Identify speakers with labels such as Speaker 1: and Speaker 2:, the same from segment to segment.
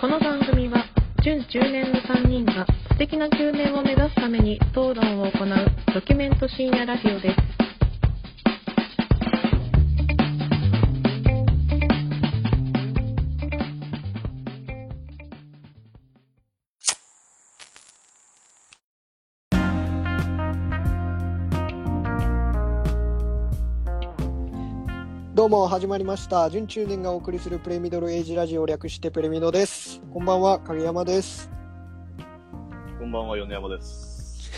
Speaker 1: この番組は準10年の3人が素敵な9年を目指すために討論を行うドキュメント深夜ラジオです。
Speaker 2: どうも始まりました準中年がお送りするプレミドルエイジラジオ略してプレミドですこんばんは影山です
Speaker 3: こんばんは、米山です。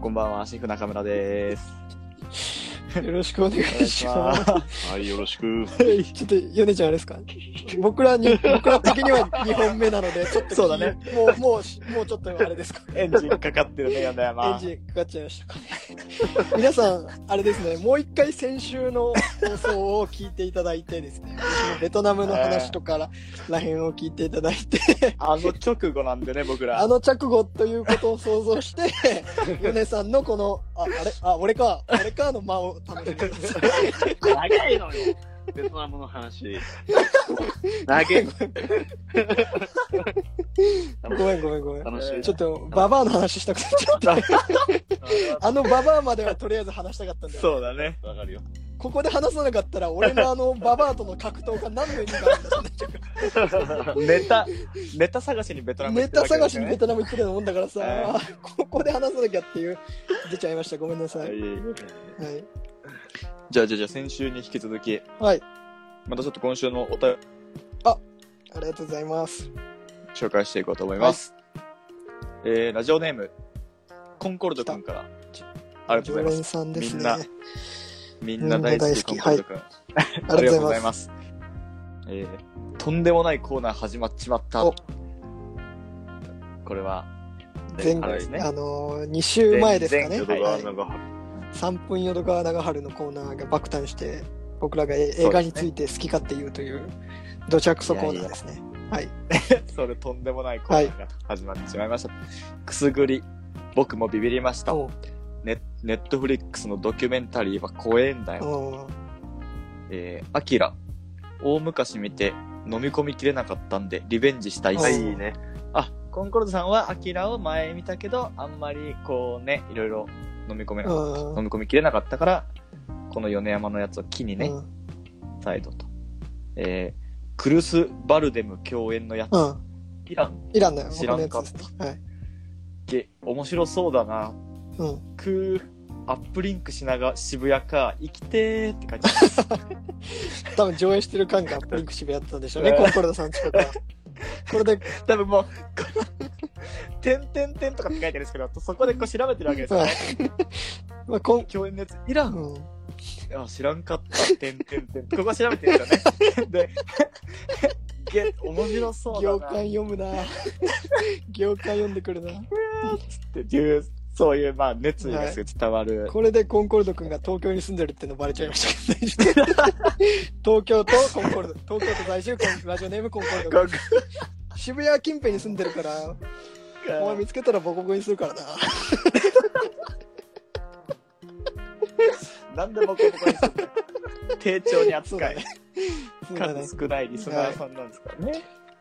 Speaker 4: こんばんは、シェフ中村です。
Speaker 2: よろしくお願いします
Speaker 3: はい、よろしく。
Speaker 2: はいちょっとヨネちゃんあれですか僕らに僕ら的には2本目なのでちょっと
Speaker 4: そうだね
Speaker 2: もうもうもうちょっとあれですか
Speaker 4: エンジンかかってるね、米山。
Speaker 2: エンジンかかっちゃいましたか皆さんあれですねもう一回先週の放送を聞いていただいてですねベトナムの話とかららへんを聞いていただいて
Speaker 4: あの直後なんでね、僕ら。
Speaker 2: あの着後ということを想像して、 ヨネさんのこの、あ、あれあ、俺か、俺かの間を楽しんでください。
Speaker 3: 長いのよ。ベトナムの話。長い。
Speaker 2: ごめんごめんごめん。
Speaker 3: 楽しい
Speaker 2: ちょっと、ババアの話したくなっちゃった。 あのババアまではとりあえず話したかったんだよ。
Speaker 4: そうだね。
Speaker 3: わかるよ。
Speaker 2: ここで話さなかったら、俺のあ のババアとの格闘が何の意味があるんだってなっち
Speaker 4: ネタ、ネタ探しにベト
Speaker 2: ゃ
Speaker 4: ナ
Speaker 2: う。
Speaker 4: ム
Speaker 2: ネ
Speaker 4: 行って
Speaker 2: タ
Speaker 4: るわけで
Speaker 2: 探
Speaker 4: す
Speaker 2: し
Speaker 4: よ
Speaker 2: に
Speaker 4: ね
Speaker 2: ベトナム行ってるようなもんだからさ、ここで話さなきゃっていう、出ちゃいました。ごめんなさい。はい。はい。
Speaker 4: じゃあ、じゃあ、じゃあ、先週に引き続き、
Speaker 2: はい、
Speaker 4: またちょっと今週のお便り
Speaker 2: ありがとうございます。
Speaker 4: 紹介していこうと思います。えー、ラジオネーム、コンコルド君から。ありがとうございます。
Speaker 2: 常連さんです
Speaker 4: みん
Speaker 2: ね。
Speaker 4: な
Speaker 2: あ
Speaker 4: みんな大好き、コ
Speaker 2: みんな
Speaker 4: ンコ
Speaker 2: 大好
Speaker 4: ルド君。
Speaker 2: り
Speaker 4: あ
Speaker 2: が
Speaker 4: り
Speaker 2: と
Speaker 4: が
Speaker 2: う
Speaker 4: とう
Speaker 2: ござ
Speaker 4: ござ
Speaker 2: い
Speaker 4: い
Speaker 2: ま。
Speaker 4: ますす。えー、とんでもないコーナー始まっちまった
Speaker 2: お。
Speaker 4: これは、
Speaker 2: 前
Speaker 4: から
Speaker 2: 回、
Speaker 4: ですね。
Speaker 2: あのー、2週前ですかね。
Speaker 4: 前
Speaker 3: 淀川
Speaker 2: はい
Speaker 3: 長春。
Speaker 2: 3分淀川長春のコーナーが爆誕して僕らがえ映画について好き勝手言うという土着そコーナーですねはい
Speaker 4: それとんでもないコーナーが始まってしまいました。くすぐり、僕もビビりました。
Speaker 2: おう
Speaker 4: ネネットフリックスのドキュメンタリーは怖えんだよ。
Speaker 2: おう
Speaker 4: えー、アキラ、大昔見て飲み込みきれなかったんでリベンジしたいっす
Speaker 2: は
Speaker 3: はいい、いいね。
Speaker 4: あ、コンコルドさんはアキラを前見たけど、あんまりこうね、いろいろ飲み込めなかっ
Speaker 2: うん
Speaker 4: 飲み込みきれなかったから、この米山のやつを機にね
Speaker 2: う、ん
Speaker 4: 再度と。えー、クルス・バルデム共演のやつ。
Speaker 2: うん
Speaker 4: イラン
Speaker 2: いらんのよ
Speaker 4: 知らんかった
Speaker 2: 僕のやつ
Speaker 4: ゲ面白そうだな
Speaker 2: ですはいうん
Speaker 4: くアップリンクしながら渋谷か生きてーって感じです
Speaker 2: 多分上映してる感がアップリンク渋谷だったんでしょうね
Speaker 4: うん
Speaker 2: コンコルドさんの近くはこれ で
Speaker 4: 多分もうこの「てんてんてん」とかって書いてあるんですけどそこでこう調べてるわけですよ、
Speaker 2: はい まあこん
Speaker 4: 共演のやつイラン
Speaker 2: うん
Speaker 4: あ知らんかった「てんてんてん」ここ調べてるんですよねで ゲ面白そうだな
Speaker 2: 行間読む な行間読んでくるな
Speaker 4: つってっていうそういうまあ熱意がすごい伝わる、
Speaker 2: これでコンコルド君が東京に住んでるってのバレちゃいましたけどね東京とコンコルド東京都在住コンラジオネームコンコルド
Speaker 4: こ
Speaker 2: 渋谷近辺に住んでるから
Speaker 4: こが
Speaker 2: お前見つけたらボコボコにするからな
Speaker 4: なんでボコボコにするの丁重に
Speaker 2: そう
Speaker 4: 扱
Speaker 2: だ
Speaker 4: い、
Speaker 2: ねそうだね
Speaker 4: 数少ないリスナーさんなんですからね、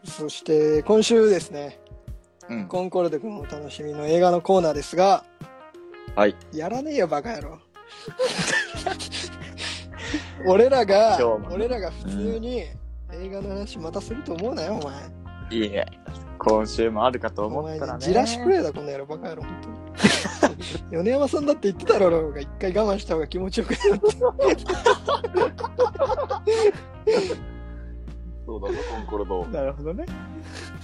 Speaker 2: そして今週ですね
Speaker 4: うん
Speaker 2: コンコルド君お楽しみの映画のコーナーですが
Speaker 4: はい
Speaker 2: やらねえよバカ野郎俺らが
Speaker 4: 今日もね
Speaker 2: 俺らが普通に映画の話またすると思うなよお前
Speaker 4: いいえ、今週もあるかと
Speaker 2: お
Speaker 4: 思っ
Speaker 2: 前
Speaker 4: たら
Speaker 2: ね
Speaker 4: ね。
Speaker 2: じらしプレイだこの野郎バカ野郎本当に米山さんだって言ってたろ俺が一回我慢した方が気持ちよくなるって
Speaker 3: そうだぞ、コンコルド。我
Speaker 4: なるほどね。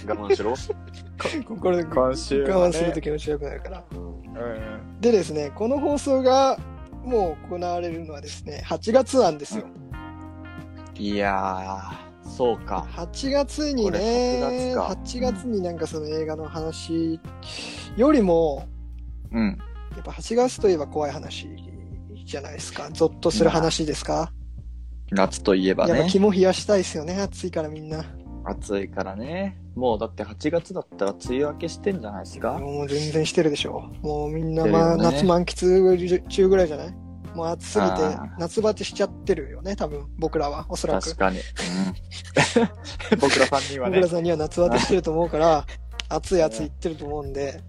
Speaker 3: 慢しろ。
Speaker 2: 心で我
Speaker 4: 今週も、ね。
Speaker 2: 慢すると気持ちよくなるから
Speaker 4: うん。
Speaker 2: でですねこの放送がもう行われるのはですね8月なんですよ
Speaker 4: いやー、そうか。
Speaker 2: 8月に
Speaker 4: こ
Speaker 2: ね
Speaker 4: れ8
Speaker 2: 8
Speaker 4: 月か
Speaker 2: 月になんかその映画の話よりも
Speaker 4: うん。
Speaker 2: やっぱ8月といえば怖い話じゃないですかゾッとする話ですか、
Speaker 4: 夏といえば
Speaker 2: やっぱ
Speaker 4: ね。
Speaker 2: 肝冷やしたいですよね暑いからみんな
Speaker 4: 暑いからね。もうだって8月だったら梅雨明けしてんじゃないですか。
Speaker 2: もう全然してるでしょもうみんな、
Speaker 4: してる
Speaker 2: まあ
Speaker 4: よね
Speaker 2: 夏満喫中ぐらいじゃないもう暑すぎて
Speaker 4: あー
Speaker 2: 夏バテしちゃってるよね、多分僕らは、おそらく
Speaker 4: 確。かに。 うん僕ら3人は
Speaker 2: 僕
Speaker 4: ね
Speaker 2: ら。さんには夏バテしてると思う から、暑い暑い言ってると思うんで、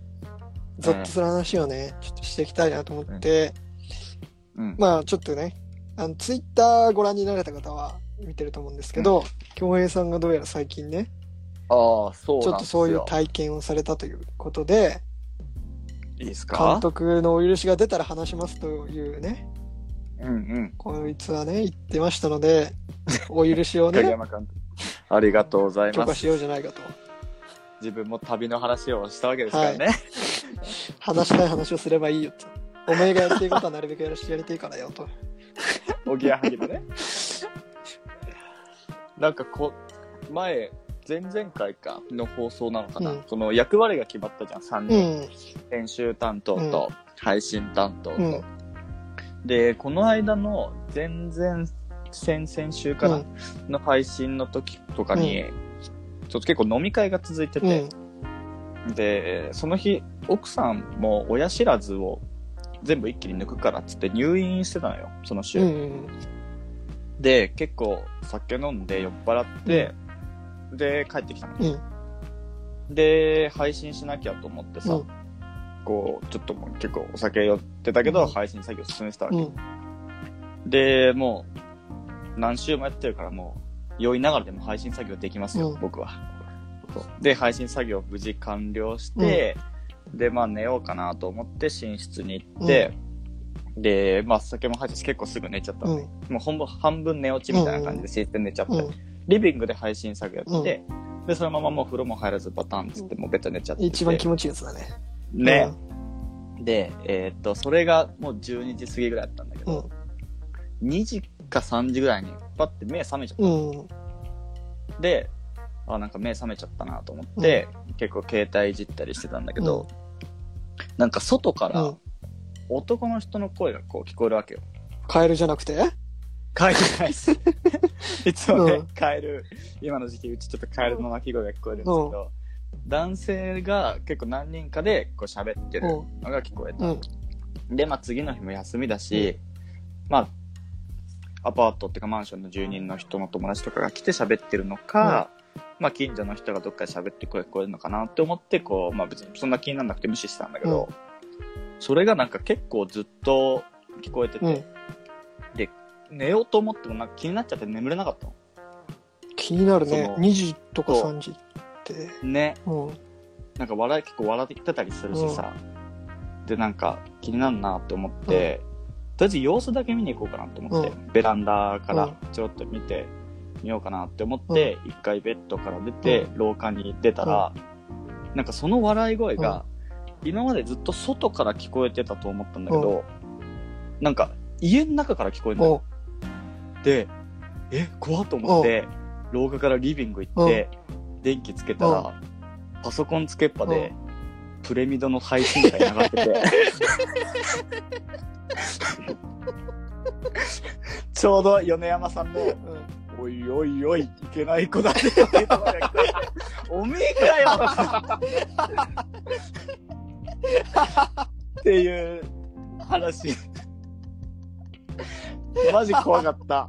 Speaker 2: ゾッとする話をね、ちょっとしていきたいなと思って、
Speaker 4: うん
Speaker 2: まあちょっとね、あの、ツイッターご覧になられた方は見てると思うんですけど、京平さんがどうやら最近ね、
Speaker 4: ああ、そう
Speaker 2: ちょっ
Speaker 4: なん
Speaker 2: と
Speaker 4: です
Speaker 2: そういう
Speaker 4: よ。
Speaker 2: 体験をされたということで、
Speaker 4: いいです
Speaker 2: 監
Speaker 4: か
Speaker 2: 督のお許しが出たら話しますというね、
Speaker 4: うんうん。
Speaker 2: こいつはね、言ってましたので、お許しを
Speaker 4: 影
Speaker 2: ね、
Speaker 4: 山監督。ありがとうござい
Speaker 2: 許
Speaker 4: ま
Speaker 2: 可
Speaker 4: す
Speaker 2: し。ようじゃないかと。
Speaker 4: 自分も旅の話をしたわけですからね。
Speaker 2: 話したい話をすればいいよと。お前がやりたいことはなるべくやらしてやりたいからよと。
Speaker 4: おぎやはぎでね。なんかこ、前、前々回かの放送なのかな、
Speaker 2: うん
Speaker 4: その役割が決まったじゃん、3
Speaker 2: う
Speaker 4: 人。
Speaker 2: ん。
Speaker 4: 編集担当と配信担当と。
Speaker 2: うん
Speaker 4: で、この間の前々、先々週か
Speaker 2: う
Speaker 4: ら
Speaker 2: ん
Speaker 4: の配信の時とかに、ちょっと結構飲み会が続いて
Speaker 2: う
Speaker 4: て、
Speaker 2: ん。
Speaker 4: で、その日、奥さんも親知らずを全部一気に抜くからっつって入院してたのよ、その週。
Speaker 2: うん。
Speaker 4: で、結構酒飲んで酔っ払って、で、帰ってきたの。
Speaker 2: うん。
Speaker 4: で、配信しなきゃと思ってさ、
Speaker 2: うん
Speaker 4: こう、ちょっともう結構お酒酔ってたけど、
Speaker 2: うん
Speaker 4: 配信作業進めてたわ
Speaker 2: う
Speaker 4: け。
Speaker 2: ん。
Speaker 4: で、もう、何週もやってるから、もう、酔いながらでも配信作業できますよ、
Speaker 2: うん
Speaker 4: 僕は。そうで、配信作業無事完了して、で、まあ寝ようかなと思って寝室に行って、で、まあ酒も入って結構すぐ寝ちゃった
Speaker 2: う
Speaker 4: の、
Speaker 2: ん。
Speaker 4: もうほんぼ半分寝落ちみたいな感じで寝室で寝ちゃって、
Speaker 2: うん。
Speaker 4: リビングで配信作業やってて、で、そのままもう風呂も入らずバタンっつって、もうベッドに寝ちゃってて。
Speaker 2: 一番気持ちいいやつだね。
Speaker 4: ね。で、えーっと、それがもう12時過ぎぐらいだったんだけ
Speaker 2: う
Speaker 4: ど
Speaker 2: ん、。
Speaker 4: 2時か3時ぐらいに、パッて目覚めちゃっ
Speaker 2: うん。
Speaker 4: た。で、あ、なんか目覚めちゃったなと思って、結構携帯いじったりしてたんだけど、なんか外か
Speaker 2: う
Speaker 4: ら
Speaker 2: ん
Speaker 4: 男の人の声がこう聞こえるわけよ。
Speaker 2: カエルじゃなくて
Speaker 4: カエルないっす。 いつもね、
Speaker 2: うん
Speaker 4: カエル、今の時期、うちちょっとカエルの鳴き声が聞こえるんですけど、男性が結構何人かでこう喋って
Speaker 2: う
Speaker 4: る
Speaker 2: ん。
Speaker 4: のが聞こえた。
Speaker 2: うん。
Speaker 4: で、まあ次の日も休みだし、まあ、アパートっていうかマンションの住人の人の友達とかが来て喋ってるのか、まあ近所の人がどっかで喋って声聞こえるのかなって思って、こう、まあ別にそんな気にならなくて無視してたんだけど、それがなんか結構ずっと聞こえてて、
Speaker 2: うん。
Speaker 4: 寝ようと思ってもなんか気になっちゃって眠れなかったの。
Speaker 2: 気になる
Speaker 4: そ
Speaker 2: ね。
Speaker 4: の
Speaker 2: 2時とか
Speaker 4: そう
Speaker 2: 3時って。
Speaker 4: ね。
Speaker 2: うん。
Speaker 4: なんか笑い、結構笑ってたりするしさ。で、なんか気になるなって思って、とりあえず様子だけ見に行こうかなと思って、
Speaker 2: う
Speaker 4: ベランダか
Speaker 2: う
Speaker 4: らちょろっと見てみようかなって思って、一、回ベッドから出て、廊下に出たら、なんかその笑い声が、今までずっと外から聞こえてたと思ったんだけど、なんか家の中から聞こえるんだよ
Speaker 2: おう。
Speaker 4: で、え、怖っと思って、廊下からリビング行って、電気つけたら、パソコンつけっぱで、プレミドの配信会流れてて。ちょうど米山さんも、
Speaker 2: うん。
Speaker 4: おいおいおい、いけない子だねって言ったのが聞こえておめえかよっていう話。マジ怖かった。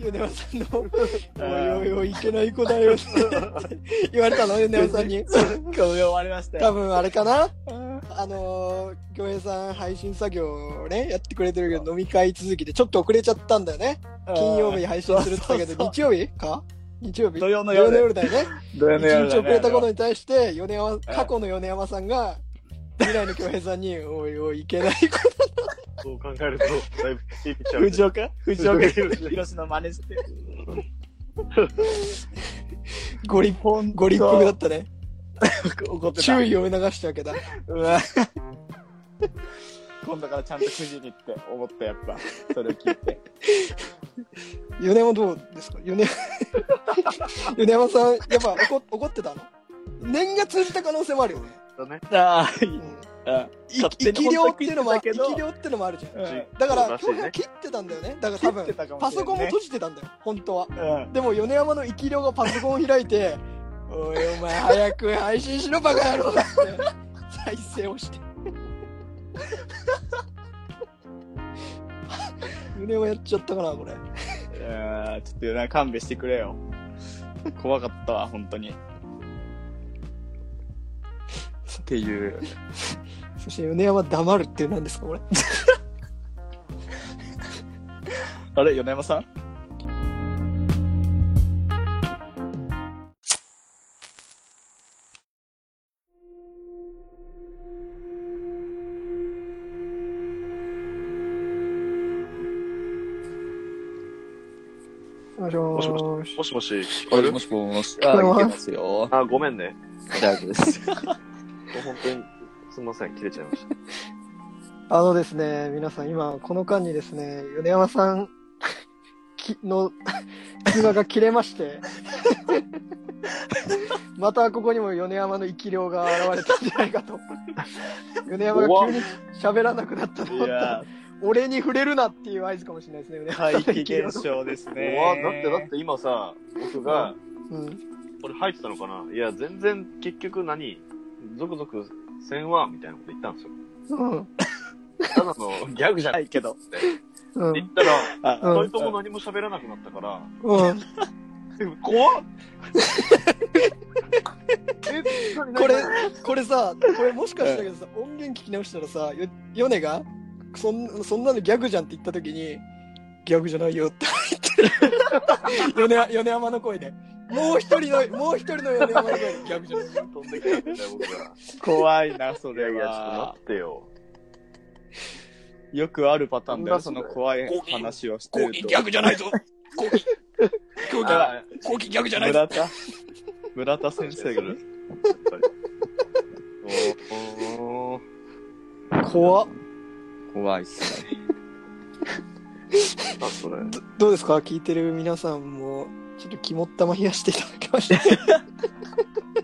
Speaker 2: 米山さんの、おいおいおい、いけない子だよって言われたの、 米山さんに。
Speaker 4: これ終わりました
Speaker 2: 多
Speaker 4: よ。
Speaker 2: 分あれかな
Speaker 4: うん
Speaker 2: あのー、京平さん配信作業をね、やってくれてるけど、飲み会続きでちょっと遅れちゃったんだよね。金曜日に配信するって言ったけ
Speaker 4: そうそう
Speaker 2: ど、日曜日か日曜日
Speaker 4: 土曜の夜
Speaker 2: だよね。
Speaker 4: 土曜の夜だね
Speaker 2: 一日遅れたこと に対して、米山、過去の米山さんが、未来の京平さんに、おいおい、いけない こ
Speaker 3: そう考えると、だいぶいいピッチャー
Speaker 4: 藤岡藤岡
Speaker 3: 藤岡
Speaker 4: 広の真似 して。
Speaker 2: と、ご立
Speaker 4: ほん
Speaker 2: ご立腹だったね。
Speaker 4: 怒ってた。
Speaker 2: 注意を促したわけだ。
Speaker 4: うわ 今度からちゃんと9時にって思ったやっぱそれを聞いて
Speaker 2: 米山どうですか米 米山さん、やっぱ怒怒ってたの念が通じた可能性もあるよね。
Speaker 3: だね。
Speaker 4: あ
Speaker 2: うん
Speaker 4: あ
Speaker 2: 生き生き量っていうのも、生
Speaker 4: けど
Speaker 2: き量ってのもあるじゃん。
Speaker 4: うん
Speaker 2: だか
Speaker 3: そう
Speaker 2: ら、
Speaker 3: らしい
Speaker 2: 京
Speaker 3: ね
Speaker 2: 平切ってたんだよね。だから多
Speaker 4: 切って
Speaker 2: 分、
Speaker 4: たかも
Speaker 2: パ
Speaker 4: しれ
Speaker 2: ソコ
Speaker 4: ないね
Speaker 2: ンも閉じてたんだよ、本当は。
Speaker 4: うん
Speaker 2: でも、米山の生き 量がパソコンを開いて、おい、お前、早く配信しろ、バカ野郎って。再生をして。 胸をやっちゃったかな、これ。
Speaker 4: いやーちょっとな勘弁してくれよ怖かったわ本当にっていう
Speaker 2: そして米山黙るって何ですか、これ。
Speaker 4: あれ米山さん
Speaker 2: もしも
Speaker 3: もし
Speaker 2: ーし。
Speaker 3: もしもし、聞こえ
Speaker 4: も
Speaker 3: る
Speaker 4: しもし
Speaker 2: あ
Speaker 4: あ
Speaker 2: い
Speaker 4: い
Speaker 2: け
Speaker 4: け
Speaker 2: ま
Speaker 4: ますよ
Speaker 3: あ、ごめんね。
Speaker 4: 大丈夫です
Speaker 3: 本当に、すみません、切れちゃいました。
Speaker 2: あのですね、皆さん、今、この間にですね、米山さん きの 通話が切れまして、 またここにも米山の生き量が現れたんじゃないかと。 米山が急に喋らなくなったと
Speaker 4: い
Speaker 2: 思ったら
Speaker 4: や
Speaker 2: 俺に触れるなっていう合図かもしれないですね、米山さんの
Speaker 4: 怪
Speaker 2: 生
Speaker 4: 奇
Speaker 2: き量の
Speaker 4: 現象ですね
Speaker 3: 怖っだって、だって今さ、僕が、
Speaker 2: うん。
Speaker 3: これ入ってたのかないや、全然、結局何ゾクゾクせんわ、みたいなこと言ったんですよ。
Speaker 2: うん。
Speaker 3: ただの ギャグじゃ
Speaker 4: な
Speaker 3: ない
Speaker 4: いけど
Speaker 2: うん。
Speaker 3: 言ったら、
Speaker 4: あ
Speaker 2: うん
Speaker 3: 二人とも何も喋らなくなったから、
Speaker 2: うん。
Speaker 3: 怖っえ、何
Speaker 2: これ、これさ、これもしかしたらさ、音源聞き直したらさ、よ米が、そんそんなのギャグじゃんって言った時に、ギャグじゃないよって 言ってる。米米山の声で。もう一人の、もう一人の米山の声で、ギャグじゃない。
Speaker 3: 飛んできたんだよ、僕が。
Speaker 4: 怖いなそ
Speaker 3: いや
Speaker 4: れ
Speaker 3: いや、ちょっと
Speaker 4: は
Speaker 3: 待ってよ。
Speaker 4: よくあるパターンだ
Speaker 3: な
Speaker 4: よ
Speaker 3: んだ
Speaker 4: そ
Speaker 3: それ
Speaker 4: の怖い話をしてると
Speaker 2: じゃないぞコーギー
Speaker 3: あ
Speaker 2: コーギーギャグじ
Speaker 4: 村田村田先生が
Speaker 3: おおー
Speaker 2: 怖っ
Speaker 4: 怖いっすね
Speaker 3: あ、それ。
Speaker 2: どどうですか聞いてる皆さんも、ちょっと肝っ玉冷やしていただけました。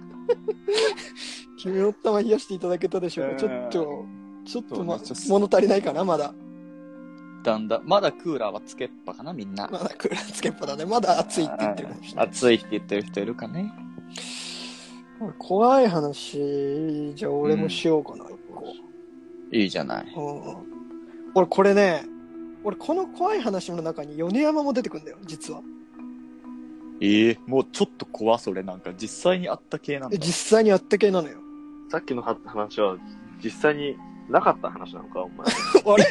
Speaker 2: 肝っ玉冷やしていただけたでしょうかちょっと、ちょっと、ま
Speaker 4: そうねちょっ、と
Speaker 2: 物足りないかなまだ。
Speaker 4: だんだんまだクーラーはつけっぱかなみんな
Speaker 2: まだクーラーつけっぱだね。まだ暑いって言ってるかもしれない。
Speaker 4: 暑いって言ってる人いるかね
Speaker 2: 怖い話、じゃあ俺もしようかな、一
Speaker 4: いいじゃない
Speaker 2: 個。うん俺これね、俺この怖い話の中に米山も出てくんだよ、実は。
Speaker 4: ええもうちょっと怖それなんか実際にあった系なんだ
Speaker 2: で実際にやった系なのよ。
Speaker 3: さっきのは話は、実際になかった話なのか、お前。
Speaker 2: 俺、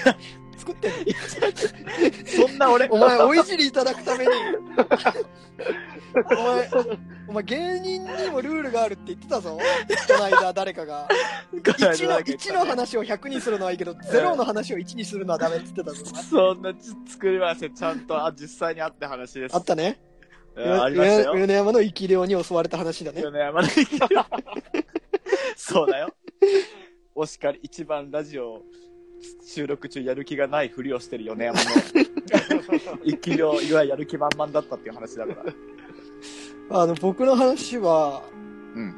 Speaker 2: 作ってんの
Speaker 4: そんな 俺
Speaker 2: お前、おいじりいただくために。お前、お前芸人にもルールがあるって言ってたぞ。この間、誰かが。1の一の話を100にするのはいいけど、0の話を1にするのはダメって言ってたぞ。お前
Speaker 4: そんなち作りませんちゃんとあ実際にあった話です
Speaker 2: あったね。
Speaker 4: うんありましたよ
Speaker 2: 米山の生き量に襲われた話だね。
Speaker 4: 米山の意見 そうだよお叱り一番ラジオ収録中やる気がないふりをしてる米山の一気量いわゆるやる気満々だったっていう話だから
Speaker 2: あの、僕の話は、
Speaker 4: うん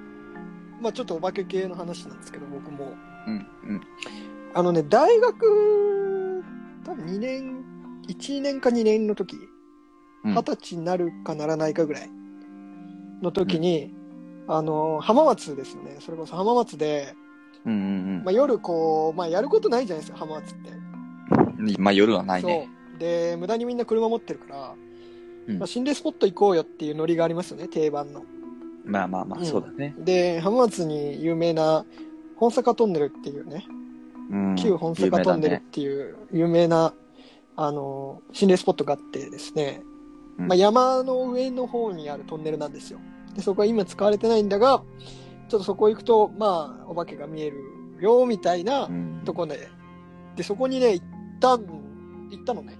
Speaker 2: まあちょっとお化け系の話なんですけど、僕も。
Speaker 4: うんうん
Speaker 2: あのね、大学、多分2年、1年か2年の時、
Speaker 4: うん
Speaker 2: 二十歳になるかならないかぐらいの時に、あの、浜松ですよね。それこそ浜松で、
Speaker 4: うん
Speaker 2: まあ夜こう、まあやることないじゃないですか、浜松って。
Speaker 4: うんまあ夜はな
Speaker 2: そう。で、無駄にみんな車持ってるから、
Speaker 4: うん
Speaker 2: まあ心霊スポット行こうよっていうノリがありますよね、定番の。
Speaker 4: まあまあま
Speaker 2: うん
Speaker 4: ね
Speaker 2: で、浜松に有名な本坂トンネルっていうね、
Speaker 4: うん
Speaker 2: 旧本坂トンネルっていう有名な、あの、心霊スポットがあってですね、
Speaker 4: うん
Speaker 2: まあ、山の上の方にあるトンネルなんですよ。で、そこは今使われてないんだが、ちょっとそこ行くと、まあ、お化けが見えるよ、みたいな
Speaker 4: うん
Speaker 2: とこで、で、そこにね、行ったん、行ったのね。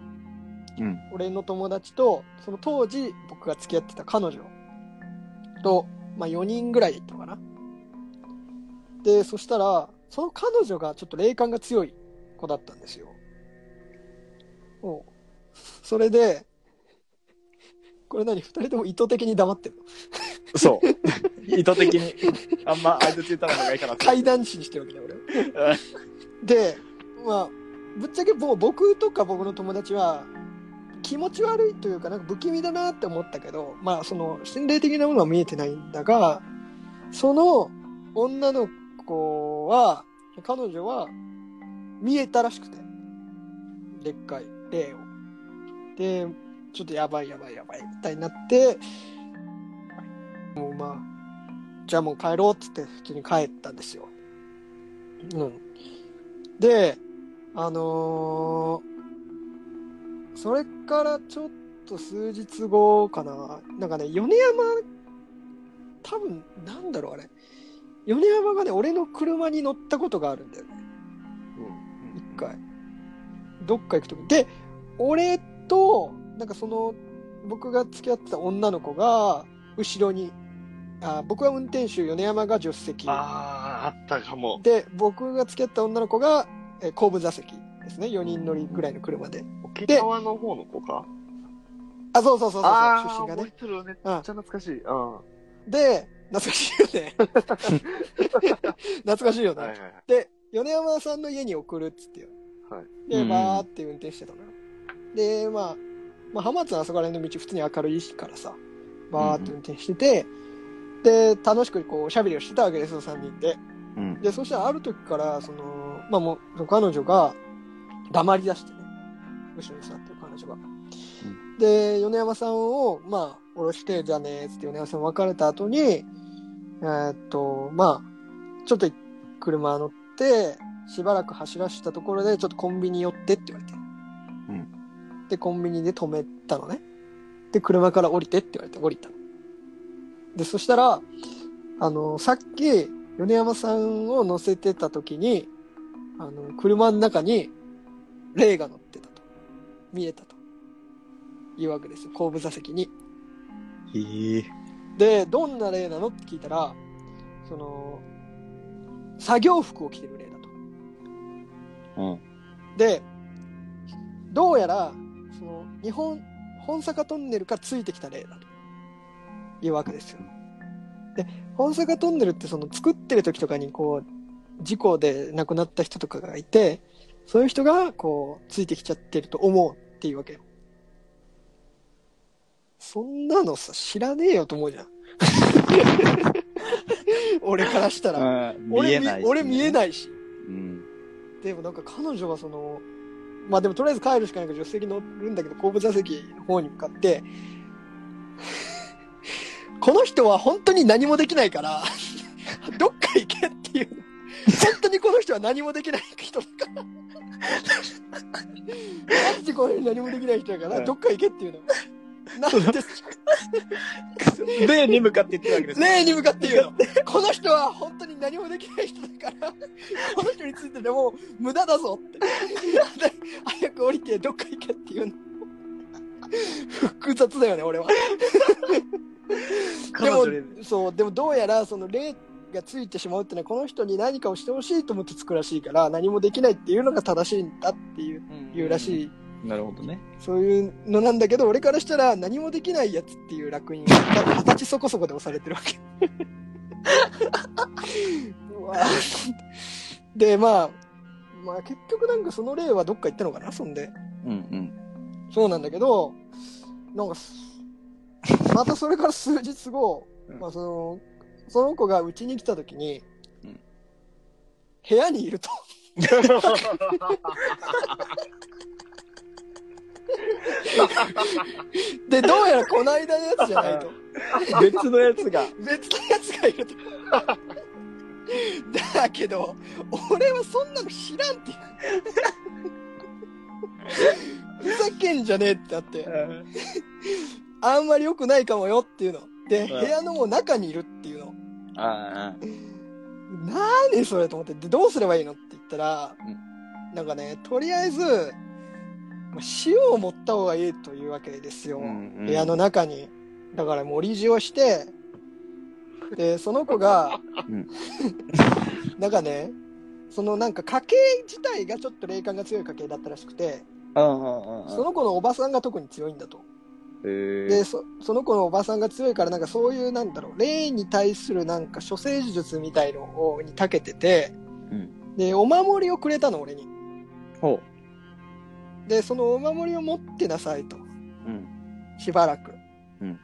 Speaker 4: うん
Speaker 2: 俺の友達と、その当時僕が付き合ってた彼女と、まあ4人ぐらいで行ったのかな。で、そしたら、その彼女がちょっと霊感が強い子だったんですよ。おうそれで、これ何二人とも意図的に黙ってるの
Speaker 4: そう意図的にあんま相づち打たない方がいいかなって
Speaker 2: 怪談師にしてるわけね、俺を。で、まあ、ぶっちゃけもう僕とか僕の友達は、気持ち悪いというか、なんか不気味だなって思ったけど、まあ、その、心霊的なものは見えてないんだが、その、女の子は、彼女は、見えたらしくて。でっかい霊を。で、ちょっとやばいやばいやばい、みたいになって、もうまあ、じゃあもう帰ろうっつって普通に帰ったんですよ。うん。で、あのーそれからちょっと数日後かな、なんかね、米山、多分なんだろうあれ、米山がね、俺の車に乗ったことがあるんだよね、一回。どっか行くとき。で、俺と、なんかその、僕が付き合ってた女の子が、後ろに、あ僕は運転手、米山が助手席。
Speaker 3: ああー、あったかも。
Speaker 2: で僕が付き合った女の子が、えー後部座席ですね4人乗りぐらいの車で
Speaker 3: 沖縄の方の子か
Speaker 2: あそうそうそうそう
Speaker 3: ああ、
Speaker 2: 出身が
Speaker 3: 覚
Speaker 2: ね
Speaker 3: えてるめっちゃ懐かしい。うん。は
Speaker 2: で懐かしいよね 懐かしいよ
Speaker 3: い
Speaker 2: ね、
Speaker 3: はいはい。
Speaker 2: で米山さんの家に送るっつってよ、
Speaker 3: はい
Speaker 4: うん
Speaker 2: で
Speaker 4: うん
Speaker 2: バーって運転してたのよでまあ、まあ、浜松のあそこら辺の道普通に明るいからさバーって運転してて、で楽しくこうおしゃべりをしてたわけですよ3人で
Speaker 4: うん。
Speaker 2: でそしたらある時からその、まあ、もうその彼女が黙り出してね後ろに座ってる彼女が、で米山さんをまあ下ろしてじゃあねーっつって米山さん別れた後にえーっとまあちょっと車乗ってしばらく走らしたところでちょっとコンビニ寄ってって言われて、でコンビニで止めたのねで車から降りてって言われて降りたのでそしたらあのさっき米山さんを乗せてた時にあの車の中に霊が乗ってたと見えたというわけですよ後部座席に
Speaker 4: へえ。
Speaker 2: でどんな霊なのって聞いたらその作業服を着てる霊だと
Speaker 4: うん。
Speaker 2: でどうやらその日本本坂トンネルからついてきた例だというわけですよ。で本坂トンネルってその作ってる時とかにこう事故で亡くなった人とかがいてそういう人がこうついてきちゃってると思うっていうわけよ。そんなのさ知らねえよと思うじゃ ん。俺からしたら。
Speaker 4: 見
Speaker 2: 俺
Speaker 4: えないしね
Speaker 2: 俺見えないし。
Speaker 4: うん。
Speaker 2: でもなんか彼女はその、まあでもとりあえず帰るしかないから助手席乗るんだけど、後部座席の方に向かって、 この人は本当に何もできないから、 どっか行けっていう。本当にこの人は何もできない人だから。 マジでこの人何もできない人だから、どっか行けっていうの。 なんで、
Speaker 4: 霊に向かって言ってるわけです。
Speaker 2: 例に向かって言うの。この人は本当に何もできない人だから、 この人についてでも無駄だぞって。で早く降りてどっか行けって言うの。 複雑だよね、俺は。で
Speaker 4: 彼
Speaker 2: も
Speaker 4: 女に、
Speaker 2: そう、でもどうやらその霊がついてしまうってのはこの人に何かをしてほしいと思ってつくらしいから、何もできないっていうのが正しいんだっていう、いうらしい。
Speaker 4: なるほどね。
Speaker 2: そういうのなんだけど、俺からしたら何もできないやつっていう楽印が多分二十歳そこそこで押されてるわけ。うわぁで、まあ、まあ結局なんかその例はどっか行ったのかな、そんで。
Speaker 4: うん
Speaker 2: そうなんだけど、なんかす、 またそれから数日後、
Speaker 4: うん
Speaker 2: まあその、その子がうちに来た時に
Speaker 4: うん、
Speaker 2: 部屋にい ると。で、どうやらこの間のやつじゃないと。
Speaker 4: うん。別のやつが。
Speaker 2: 別のやつがいるとだけど俺はそんなの知らんっていうふざけんじゃねえってなってあんまり良くないかもよっていうので部
Speaker 4: うん
Speaker 2: 屋のもう中にいるっていうの
Speaker 4: ああ。
Speaker 2: なーにそれと思ってでどうすればいいのって言ったら、なんかねとりあえずまあ塩を持った方がいいというわけですよ、
Speaker 4: うんうん
Speaker 2: 部屋の中にだから盛り塩をしてでその子が、
Speaker 4: うん
Speaker 2: なんかねそのなんか家系自体がちょっと霊感が強い家系だったらしくて
Speaker 4: ああ。
Speaker 2: その子のおばさんが特に強いんだと
Speaker 4: へ
Speaker 2: でそその子のおばさんが強いからなんかそういうなんだろう霊に対するなんか処世術みたいのをに長けてて、
Speaker 4: うん
Speaker 2: でお守りをくれたの俺に
Speaker 4: ほ
Speaker 2: でそのお守りを持ってなさいと
Speaker 4: う。うん。
Speaker 2: しばらく、
Speaker 4: うん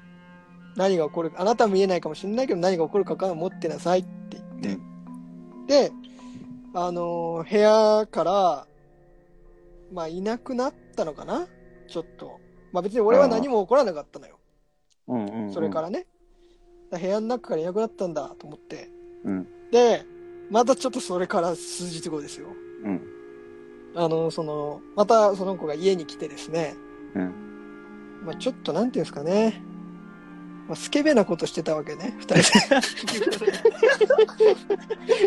Speaker 2: 何が起こるあなたは見えないかもしれないけど何が起こるかから持ってなさいって言って、であのー部屋から、まあ、いなくなったのかなちょっと。まあ、別に俺は何も起こらなかったのよ。
Speaker 4: うんうんうん
Speaker 2: それからね。だから部屋の中からいなくなったんだと思って。
Speaker 4: うん
Speaker 2: で、またちょっとそれから数日後ですよ。
Speaker 4: うん
Speaker 2: あの、その、またその子が家に来てですね、
Speaker 4: うん
Speaker 2: まあ、ちょっとなんていうんですかね、まあ、スケベなことしてたわけね、二 人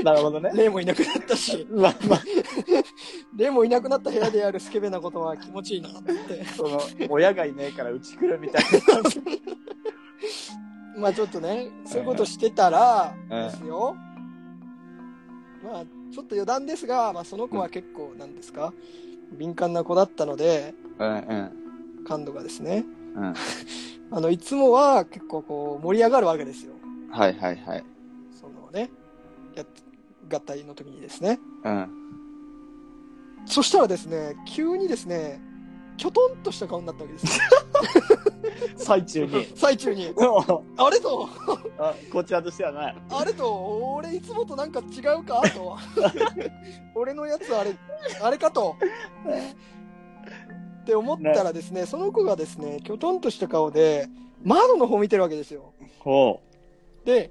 Speaker 4: なるほどね
Speaker 2: で。レイもいなくなったし、
Speaker 4: まあまあ
Speaker 2: レイもいなくなった部屋でやるスケベなことは気持ちいいなと思って、
Speaker 4: その親がいねえからうち来るみたいな感じ
Speaker 2: まあちょっとね、そういうことしてたら、
Speaker 4: うん
Speaker 2: ですよ、まあちょっと余談ですが、まあ、その子は結構、なんですか、敏感な子だったので、
Speaker 4: うんうん
Speaker 2: 感度がですね、
Speaker 4: うん
Speaker 2: あの、いつもは結構こう、盛り上がるわけですよ。
Speaker 4: はいはいはい
Speaker 2: そのね、やっ合体の時にですね。
Speaker 4: うん
Speaker 2: そしたらですね、急にですね、きょとんとした顔になったわけです。
Speaker 4: 最中 に
Speaker 2: 最中に。
Speaker 4: もう
Speaker 2: あれと、
Speaker 4: あこちらとしてはない
Speaker 2: あれと、俺いつもとなんか違うかと。俺のやつあれ、あれかと。って思ったらですね、その子がですね、きょとんとした顔で、窓の方見てるわけですよ。
Speaker 4: ほ
Speaker 2: で、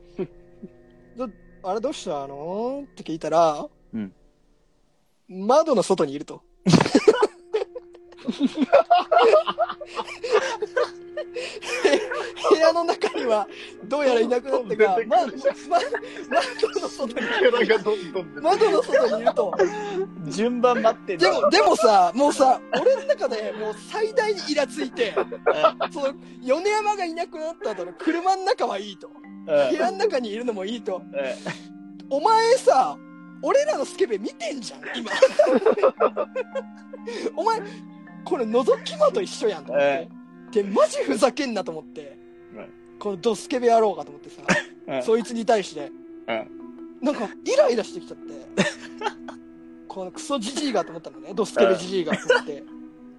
Speaker 2: どあれどうしたのって聞いたら、
Speaker 4: うん
Speaker 2: 窓の外にいる と。部屋の中にはどうやらいなくなってか、ままま窓の外に
Speaker 3: 力がどんどん出て
Speaker 2: 窓の外にいると。
Speaker 4: う順番待ってん
Speaker 2: で
Speaker 4: だ
Speaker 2: も、でもさ、もうさ、俺の中でもう最大にイラついて、その、米山がいなくなった後の車の中はいいと。
Speaker 4: うん
Speaker 2: 部屋の中にいるのもいいと。
Speaker 4: うん
Speaker 2: お前さ、俺らのスケベ見てんじゃん、 今。お前、これ、覗き魔と一緒やんと思って。で、マジふざけんなと思って
Speaker 4: はい。
Speaker 2: このドスケベ野郎かと思ってさ、
Speaker 4: うん
Speaker 2: そいつに対して。なんか、イライラしてきちゃって。このクソじじいがと思ったのね、ドスケベじじいがと思って。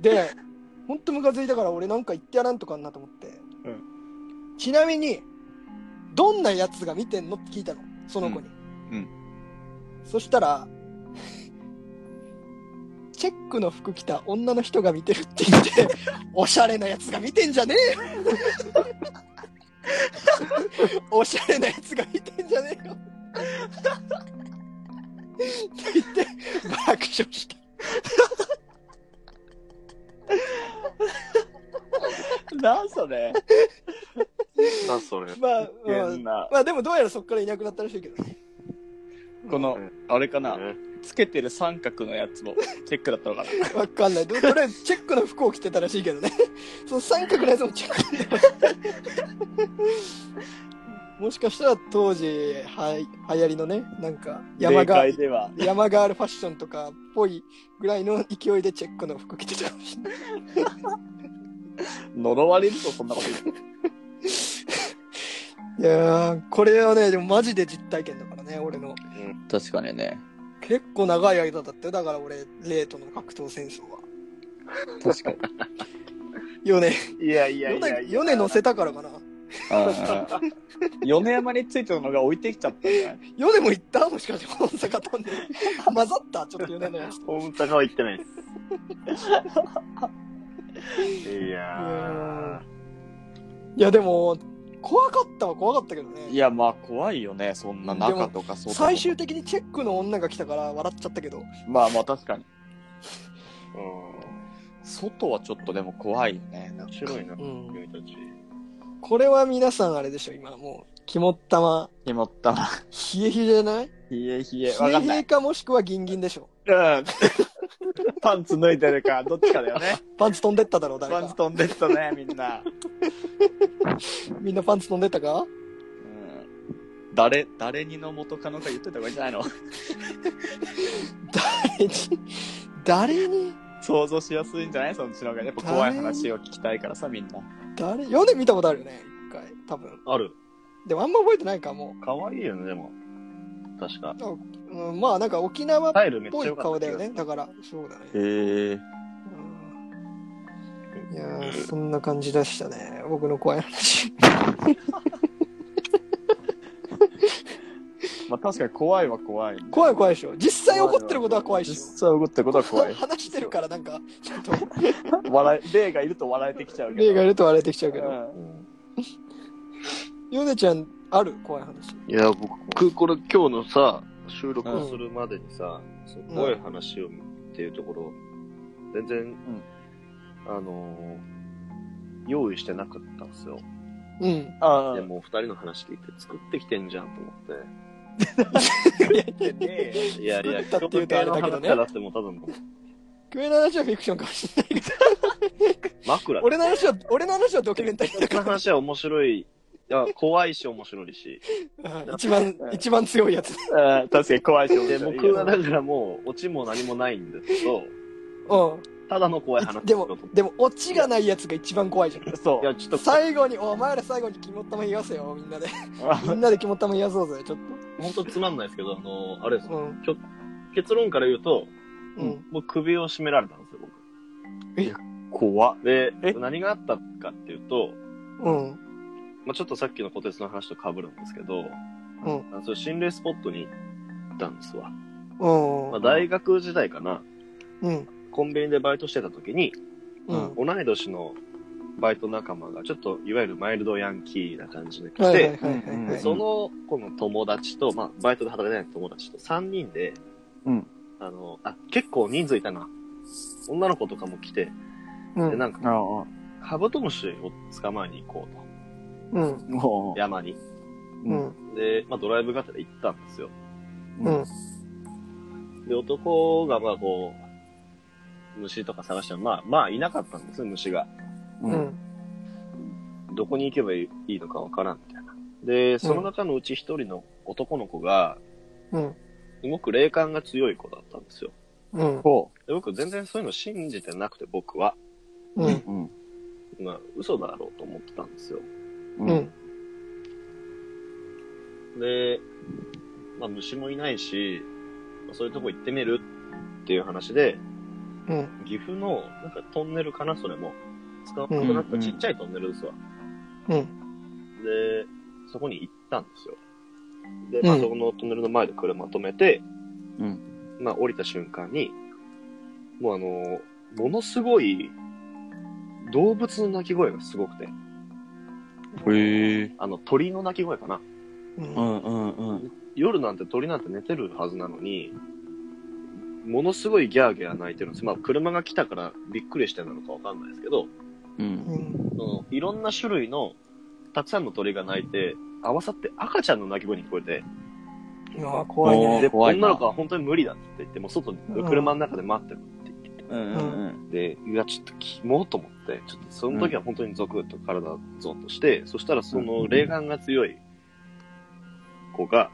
Speaker 2: で、ほんとムカついたから俺なんか言ってやらんとかんなと思って。
Speaker 4: う
Speaker 2: ちなみに、どんなやつが見てんのって聞いたの、その子に。
Speaker 4: うんうん
Speaker 2: そしたら、チェックの服着た女の人が見てるって言って、おしゃれなやつが見てんじゃね えよおしゃれなやつが見てんじゃねえよって言って、爆笑した。
Speaker 4: なんそれ
Speaker 3: きた、それ。
Speaker 2: まあ、まあ
Speaker 4: 変、な
Speaker 2: まあでもどうやらそっからいなくなったらしいけどね。
Speaker 4: このあれかな
Speaker 3: ね
Speaker 4: つけてる三角のやつもチェックだったのかな
Speaker 2: わかんない。どとりあえずチェックの服を着てたらしいけどね。 その三角のやつもチェックで。 もしかしたら当時、はい、流行りのね、なんか、山
Speaker 4: 霊
Speaker 2: が
Speaker 4: 界、では
Speaker 2: 山ガールファッションとかっぽいぐらいの勢いでチェックの服着てたかもしれない。
Speaker 4: 呪われるとそんなこと言
Speaker 2: い
Speaker 4: う
Speaker 2: やー、これはね、でもマジで実体験だからね、俺の。
Speaker 4: 確かに ね
Speaker 2: 結構長い間だったよ。だから俺、レイとの格闘戦争は。
Speaker 4: 確かに
Speaker 2: 4年、
Speaker 4: いやいや
Speaker 2: 4
Speaker 4: いや
Speaker 2: 年、4年乗せたからかな。
Speaker 4: 米山についてるのが置いてきちゃったんじゃない
Speaker 2: 4年も行ったもしかして大阪飛んで。混ざったちょっと4年のやつと。
Speaker 3: 大阪は行ってない です。いや
Speaker 2: いや、でも、怖かったは怖かったけど
Speaker 4: い
Speaker 2: ね。
Speaker 4: やまあ怖いよねそんな中とかそうとか
Speaker 2: 最終的にチェックの女が来たから笑っちゃったけど。
Speaker 4: まあまあ確かに
Speaker 3: ー。うん。
Speaker 4: 外はちょっとでも怖いよねなん
Speaker 3: 面
Speaker 4: か
Speaker 3: 白いな、
Speaker 2: うん
Speaker 3: 君たち。
Speaker 2: これは皆さんあれでしょ、今もう。肝っ玉、
Speaker 4: 決まったな
Speaker 2: 冷え冷えじゃない
Speaker 4: 冷え冷
Speaker 2: 冷
Speaker 4: えわか
Speaker 2: え
Speaker 4: ん
Speaker 2: 冷
Speaker 4: な
Speaker 2: え
Speaker 4: い
Speaker 2: かもしくはギンギンでし ょ。
Speaker 4: うん パンツ脱いでるかどっちかだよ ね
Speaker 2: パンツ飛んでっただろう、誰
Speaker 4: パンツ
Speaker 2: か。
Speaker 4: 飛んでったねみんな
Speaker 2: みんなパンツ飛んでったか
Speaker 4: うん誰誰にの元カノか言っといた方がいいんじゃないの
Speaker 2: 誰に、誰に、
Speaker 4: 想像しやすいんじゃないそっちの方がやっぱ怖い話を聞きたいからさみんな
Speaker 2: 誰 ?4 年見たことあるよね、一回。多分。
Speaker 3: ある。
Speaker 2: でもあんま覚えてないか、も
Speaker 3: 可愛いよね、でも。確か。
Speaker 2: う。うん、まあなんか沖縄っ
Speaker 3: タイルめっち
Speaker 2: ぽ
Speaker 3: ゃ良
Speaker 2: い
Speaker 3: かった
Speaker 2: 顔だ
Speaker 3: 気が
Speaker 2: よ
Speaker 3: する。
Speaker 2: ね。だから、そうだね。
Speaker 4: へえ
Speaker 2: いやー、そんな感じでしたね。僕の怖い話。
Speaker 4: まあ確かに怖いは怖い。
Speaker 2: 怖い怖いでしょ実際起こってることは怖いで
Speaker 4: 実
Speaker 2: し
Speaker 4: 際起こってることは
Speaker 2: ょ
Speaker 4: 怖い。
Speaker 2: 話してるからなんかちょっと
Speaker 4: 笑い、霊がいると笑えてきちゃうけど。
Speaker 2: 例がいると笑えてきちゃうけ
Speaker 4: う
Speaker 2: ど
Speaker 4: ん
Speaker 2: ヨネちゃんある怖い話
Speaker 3: いや、僕、これ今日のさ、収録をするまでにさ、その怖い話をっていうところ、全然、
Speaker 4: ん
Speaker 3: あのー用意してなかったんですよ。
Speaker 2: うん
Speaker 4: あ
Speaker 3: で
Speaker 4: あ、
Speaker 3: もう二人の話聞いて作ってきてんじゃんと思っ
Speaker 4: でね
Speaker 3: て。いやいや、
Speaker 2: 作ったって言うとあれだけどね
Speaker 3: 今日の話からだってもう多分、
Speaker 2: クエの話はフィクションかもしれないけど
Speaker 3: 枕。
Speaker 2: 俺の話は俺の話はドキュメンタリーだ
Speaker 3: この
Speaker 2: か
Speaker 3: 話は面白い。いや、怖いし面白いし。
Speaker 2: らうん一番一番強いやつ
Speaker 4: うん確かに怖いし。
Speaker 3: で、僕はだからもう、オチも何もないんですけど、
Speaker 2: う
Speaker 3: ただの怖い話
Speaker 2: んでもでもオチがないやつが一番怖いじゃん
Speaker 4: そ。
Speaker 3: いうや、ちょっと、
Speaker 2: 最後にお前ら最後に肝っ玉言わせよみんなでみんなで肝っ玉言わそうぜちょっ
Speaker 3: 本当つまんないですけど、あの、あれです
Speaker 2: とう
Speaker 3: ね。
Speaker 2: ん
Speaker 3: 結論から言うと、
Speaker 2: うん
Speaker 3: もう首を絞められたんですよ、
Speaker 4: 怖っ。
Speaker 3: 僕。
Speaker 4: え
Speaker 3: で、何があったかっていうと、
Speaker 2: うん
Speaker 3: まあちょっとさっきの虎鉄の話と被るんですけど、
Speaker 2: うん
Speaker 3: あのそれ心霊スポットに行ったんですわ。
Speaker 2: うん
Speaker 3: まあ、大学時代かな、
Speaker 2: うん
Speaker 3: コンビニでバイトしてた時に、
Speaker 2: うん
Speaker 3: 同い年のバイト仲間が、ちょっといわゆるマイルドヤンキーな感じで来て、
Speaker 2: はいはいはいはい
Speaker 4: うん
Speaker 2: は
Speaker 3: で
Speaker 2: い
Speaker 3: その子の友達と、まあ、バイトで働いてない友達と3人で、
Speaker 4: うん
Speaker 3: あの、あ、結構人数いたな。女の子とかも来て、
Speaker 2: うん
Speaker 3: で、なんか、
Speaker 4: ああ、
Speaker 3: カブトムシを捕まえに行こうと。
Speaker 2: うん
Speaker 4: もう。
Speaker 3: 山に。
Speaker 2: う
Speaker 4: うん
Speaker 2: ん
Speaker 3: で、まあ、ドライブがてら行ったんですよ。
Speaker 2: うん
Speaker 3: で、男が、まあ、こう、虫とか探したら、まあ、まあ、いなかったんですよ、虫が。
Speaker 2: う
Speaker 4: うん。
Speaker 2: ん
Speaker 3: どこに行けばいいのかわからん、みたいな。で、その中のうち一人の男の子が、
Speaker 2: うん
Speaker 3: すごく霊感が強い子だったんですよ。
Speaker 2: うん
Speaker 4: こ
Speaker 3: で僕、全然そういうの信じてなくて、僕は。
Speaker 2: う
Speaker 4: うん
Speaker 2: ん。
Speaker 4: うん。
Speaker 3: まあ、嘘だろうと思ってたんですよ。
Speaker 2: う
Speaker 4: うん。
Speaker 2: ん
Speaker 3: で、まあ、虫もいないし、まあそういうとこ行ってみるっていう話で、
Speaker 2: うん
Speaker 3: 岐阜の、なんかトンネルかな、それも。使わなくなったちっちゃいトンネルですわ。
Speaker 2: うん
Speaker 3: で、そこに行ったんですよ。で、まあ、
Speaker 2: うん
Speaker 3: そこのトンネルの前で車止めて、
Speaker 4: うん
Speaker 3: まあ、降りた瞬間に、もうあの、ものすごい、動物の鳴き声がすごくて、
Speaker 4: へえ。
Speaker 3: あの、鳥の鳴き声かな。
Speaker 2: うん
Speaker 4: うんうんうん。
Speaker 3: 夜なんて鳥なんて寝てるはずなのに、ものすごいギャーギャー鳴いてるんです。まあ、車が来たからびっくりしてなのかわかんないですけど、
Speaker 4: うん。
Speaker 2: うん
Speaker 3: そのいろんな種類のたくさんの鳥が鳴いて、合わさって赤ちゃんの鳴き声に聞こえて、
Speaker 2: うわ怖いね
Speaker 4: おー
Speaker 3: で、
Speaker 4: 怖いな
Speaker 3: 女の子は本当に無理だって言って、もう外に
Speaker 2: うん、
Speaker 3: 車の中で待ってるって言って
Speaker 4: うんうん
Speaker 3: で、いや、ちょっとキモと思って、ちょっとその時は本当にゾクッと体ゾンとして、そしたらその霊感が強い子が、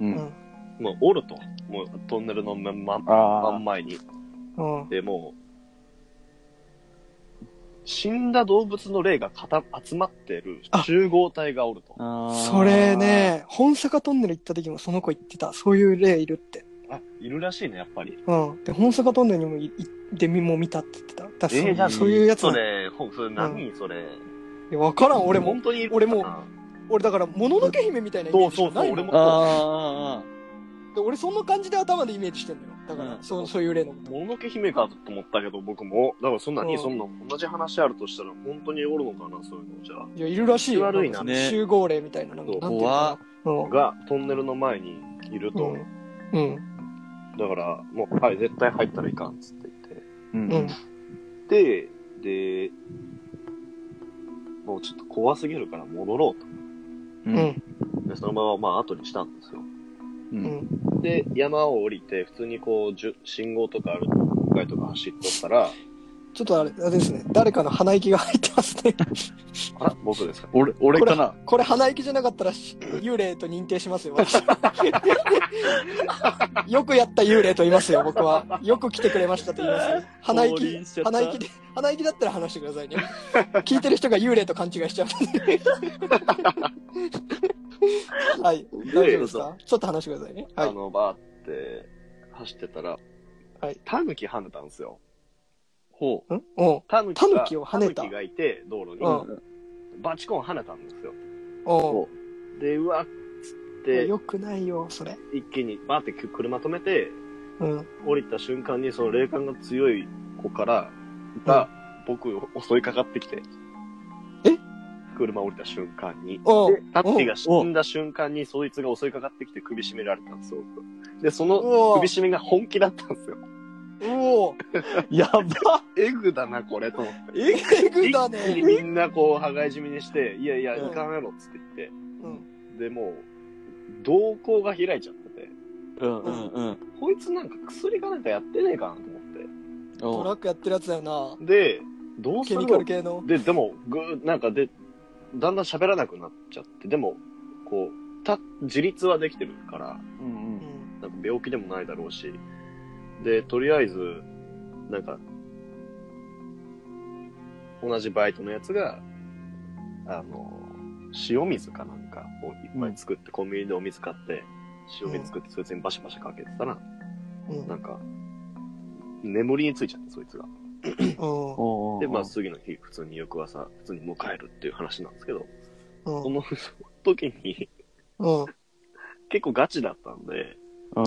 Speaker 4: う
Speaker 2: うん
Speaker 4: ん。
Speaker 2: う
Speaker 3: もうおると、もうトンネルの真ん真
Speaker 4: あ
Speaker 3: ん前に。
Speaker 2: ん
Speaker 3: で、もう、死んだ動物の霊が固集まってる集合体がおると。
Speaker 4: あ。
Speaker 2: それ。ね本坂トンネル行った時もその子言ってたそういう例いるって
Speaker 3: あ、いるらしいね、やっぱり。
Speaker 2: うんで本坂トンネルにもい行ってみもう見たって言ってただからそ
Speaker 3: えーじゃあ
Speaker 2: そういうやつ
Speaker 3: そ
Speaker 2: な
Speaker 3: れ、ほそれ何、それ。
Speaker 2: いやわからん俺も
Speaker 3: 本当にいる
Speaker 2: 俺も
Speaker 3: かな
Speaker 2: 俺だからもののけ姫みたいなイメージしかない
Speaker 3: そうそうそう俺
Speaker 2: の
Speaker 3: も
Speaker 4: あ
Speaker 2: で俺そんな感じで頭でイメージしてんのよだから、
Speaker 4: うん
Speaker 2: そうそういう例のこ
Speaker 3: もののけ姫かと思ったけど、僕も。だからそんな
Speaker 2: う
Speaker 3: に、
Speaker 2: ん
Speaker 3: そんな同じ話あるとしたら、本当におるのかな、そういうの。じゃあ。
Speaker 2: といやいるらしいよ
Speaker 3: 気悪いな
Speaker 2: なんか
Speaker 4: ね
Speaker 2: 集合例みたいななんか
Speaker 3: そう
Speaker 2: なんていうのかなうん
Speaker 3: が、トンネルの前にいると。
Speaker 2: うん
Speaker 3: だから、もう、はい、絶対入ったらいかん、つって
Speaker 4: あ。うん
Speaker 2: うん
Speaker 3: 言って。で、で、もうちょっと怖すぎるから戻ろう
Speaker 2: う
Speaker 4: う。
Speaker 2: んうん
Speaker 3: と。で、そのまま、まあ、後にしたんですよ。
Speaker 2: うんん
Speaker 3: で、山を降りて、普通にこう、じゅ信号とかある、街とか走っとったら、
Speaker 2: ちょっとあれあれですね誰かの鼻息が入ってますね
Speaker 3: あら、僕ですか
Speaker 4: 俺、俺かな。
Speaker 2: これ鼻息じゃなかったらし幽霊と認定しますよ私 よくやった幽霊と言いますよ僕はよく来てくれましたと言いますよ鼻
Speaker 4: 降臨
Speaker 2: 息
Speaker 4: しちゃった
Speaker 2: 鼻息で鼻息だったら話してくださいね聞いてる人が幽霊と勘違いしちゃうん ではい大丈夫ですかちょっと話してくださいねは
Speaker 3: あ
Speaker 2: い
Speaker 3: の、バーって走ってたら、
Speaker 2: はい
Speaker 3: タヌキ跳ねたんですよ。
Speaker 4: ほ
Speaker 2: んうん
Speaker 3: タヌキ
Speaker 2: タヌキを跳ねた
Speaker 3: がいて、道路に、
Speaker 2: う
Speaker 4: う。
Speaker 3: バチコン跳ねたんですよ。
Speaker 2: おう
Speaker 4: ほ
Speaker 3: で、うわ、つで
Speaker 2: よくないよ、それ。
Speaker 3: 一気にバーって車止めて
Speaker 2: うん。
Speaker 3: 降りた瞬間にその霊感が強い子からが僕を襲いかかってきて
Speaker 2: え
Speaker 3: 車降りた瞬間に
Speaker 2: お
Speaker 3: でタッチが死んだ瞬間にそいつが襲いかかってきて首絞められたんですよでその
Speaker 2: お
Speaker 3: 首絞めが本気だったんですよ
Speaker 2: おお
Speaker 4: やば
Speaker 3: エグだなこれと思って
Speaker 2: えぐだ
Speaker 3: 一気に
Speaker 2: ね。
Speaker 3: みんなこう羽交い締めにして「いやいや
Speaker 2: うん
Speaker 3: 行かないろ」っつって言って
Speaker 2: うん。
Speaker 3: でもう瞳孔が開いちゃってて
Speaker 4: うんうんうん
Speaker 3: こいつなんか薬かなんかやってねえかなと思って
Speaker 2: ト
Speaker 4: お
Speaker 2: ラックやってるやつだよな。
Speaker 3: でどうす
Speaker 2: ケ
Speaker 3: る
Speaker 2: ミカ
Speaker 3: の
Speaker 2: ル系の。
Speaker 3: ででもぐーなんかでだんだん喋らなくなっちゃってでもこうた自立はできてるから
Speaker 4: うんうん
Speaker 3: なんか病気でもないだろうしでとりあえずなんか同じバイトのやつがあの塩水かなんかをいっぱい作って、コンビニでお水買って塩水作ってそいつにバシバシかけてたら、
Speaker 2: うん。うん
Speaker 3: なんか眠りについちゃってそいつが。
Speaker 2: うん
Speaker 4: お
Speaker 3: でまあ次の日普通に翌朝普通に迎えるっていう話なんですけど
Speaker 2: うん
Speaker 3: その時に
Speaker 2: うん。
Speaker 3: 結構ガチだったんで、
Speaker 2: うん。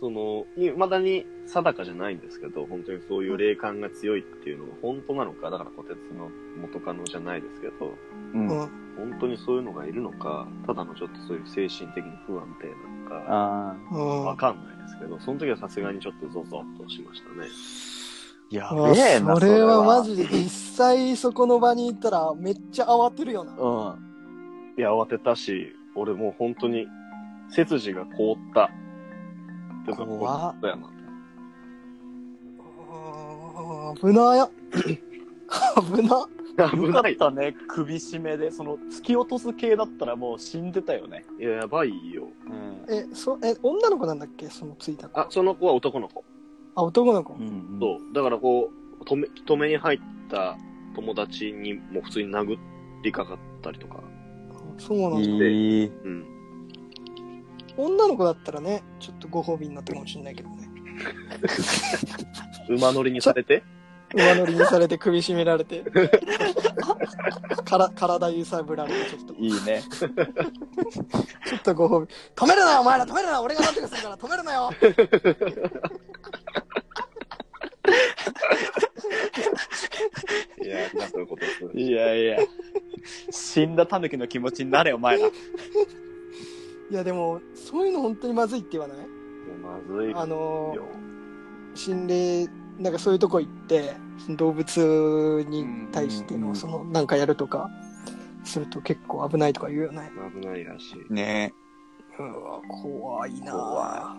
Speaker 3: その、いまだに定かじゃないんですけど、本当にそういう霊感が強いっていうのが本当なのか、だから小鉄の元カノじゃないですけど、
Speaker 4: うん
Speaker 2: うん。
Speaker 3: 本当にそういうのがいるのか、ただのちょっとそういう精神的に不安定なのか、
Speaker 4: ああ
Speaker 2: うん。
Speaker 3: わかんないですけど、その時はさすがにちょっとゾゾッとしましたね。
Speaker 4: や
Speaker 2: あ
Speaker 4: べえな
Speaker 2: それはマジで実際そこの場に行ったらめっちゃ慌てるよな。
Speaker 4: うん
Speaker 3: いや、慌てたし、俺もう本当に背筋が凍った。てか
Speaker 4: 怖っ
Speaker 3: 凍ったよな
Speaker 2: あー危なや。危な。
Speaker 3: 危
Speaker 4: よか
Speaker 3: な
Speaker 4: っ
Speaker 3: い。い
Speaker 4: たね首絞めでその突き落とす系だったらもう死んでたよね
Speaker 3: や、やばいよ。
Speaker 4: うん
Speaker 2: え、そ、え、女の子なんだっけそのついた子。
Speaker 3: あ、その子は男の子。
Speaker 2: あ、男の子。
Speaker 4: うん
Speaker 3: そう。だからこう、止め、止めに入った友達にも普通に殴りかかったりとか。
Speaker 2: そうなんだ。
Speaker 4: いい
Speaker 3: うん。
Speaker 2: 女の子だったらね、ちょっとご褒美になったかもしれないけどね。
Speaker 3: 馬乗りにされて
Speaker 2: 上乗りにされて首絞められて。から体揺さぶられて、ちょっと。
Speaker 4: いいね
Speaker 2: ちょっとご褒美。止めるなよ、お前ら止めるな俺がなんとかするから止めるな よ
Speaker 3: いや、なんかそういうことです。
Speaker 4: いやいや死んだタヌキの気持ちになれお前ら
Speaker 2: いや、でも、そういうの本当にまずいって言わない
Speaker 3: まずい
Speaker 2: あ
Speaker 3: よ。
Speaker 2: のー、心霊なんかそういうとこ行ってその動物に対して
Speaker 4: うんうんう
Speaker 2: の
Speaker 4: ん
Speaker 2: そのなんかやるとかすると結構危ないとか言うよね
Speaker 3: 危ないらしい。
Speaker 4: ね
Speaker 2: うわ怖いな
Speaker 3: 怖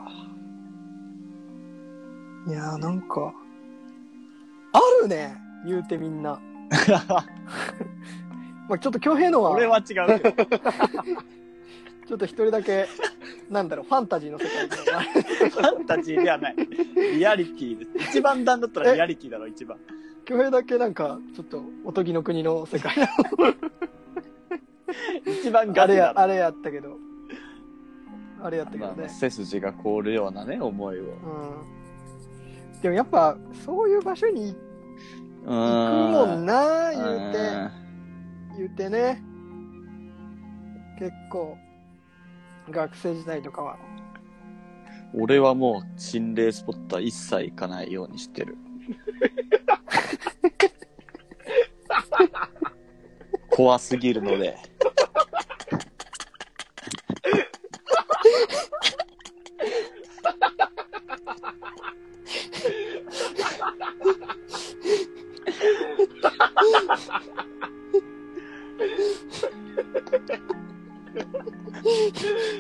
Speaker 2: いやーなんかあるね言うてみん な、まあ、ちょっと恭平の
Speaker 4: これ
Speaker 2: は
Speaker 4: は違うよ
Speaker 2: ちょっと一人だけなんだろうファンタジーの世界だよな
Speaker 4: ファンタジーではないリアリティです一番段だったらリアリティだろ一番
Speaker 2: 恭平だけなんかちょっとおとぎの国の世界
Speaker 4: 一番
Speaker 2: あ
Speaker 4: ガ
Speaker 2: れ
Speaker 4: レ
Speaker 2: や
Speaker 4: だ、ろ
Speaker 2: あれやったけど。あれやったけどね。
Speaker 4: 背筋が凍るようなね思いを
Speaker 2: うん。でもやっぱ、そういう場所に
Speaker 4: う
Speaker 2: 行くもんな、
Speaker 4: な
Speaker 2: 言うて、言うてね。結構、学生時代とかは。
Speaker 4: 俺はもう心霊スポットは一切行かないようにしてる怖すぎるので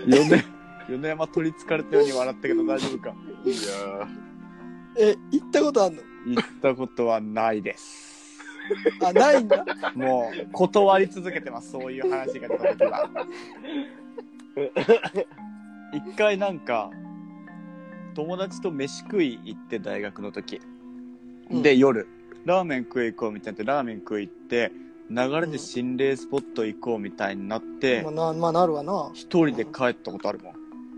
Speaker 4: 米米山取りつかれたように笑ったけど大丈夫か
Speaker 3: いやー
Speaker 2: え、行ったことあんの
Speaker 4: 行ったことはないです
Speaker 2: あ、ない んだ。
Speaker 4: もう断り続けてますそういう話が出た時は一回なんか友達と飯食い行って大学の時、で夜ラーメン食い行こうみたいになってラーメン食い行って流れで心霊スポット行こうみたいになって、
Speaker 2: まあ、なまあ、なるわな。
Speaker 4: 一人で帰ったことあるもん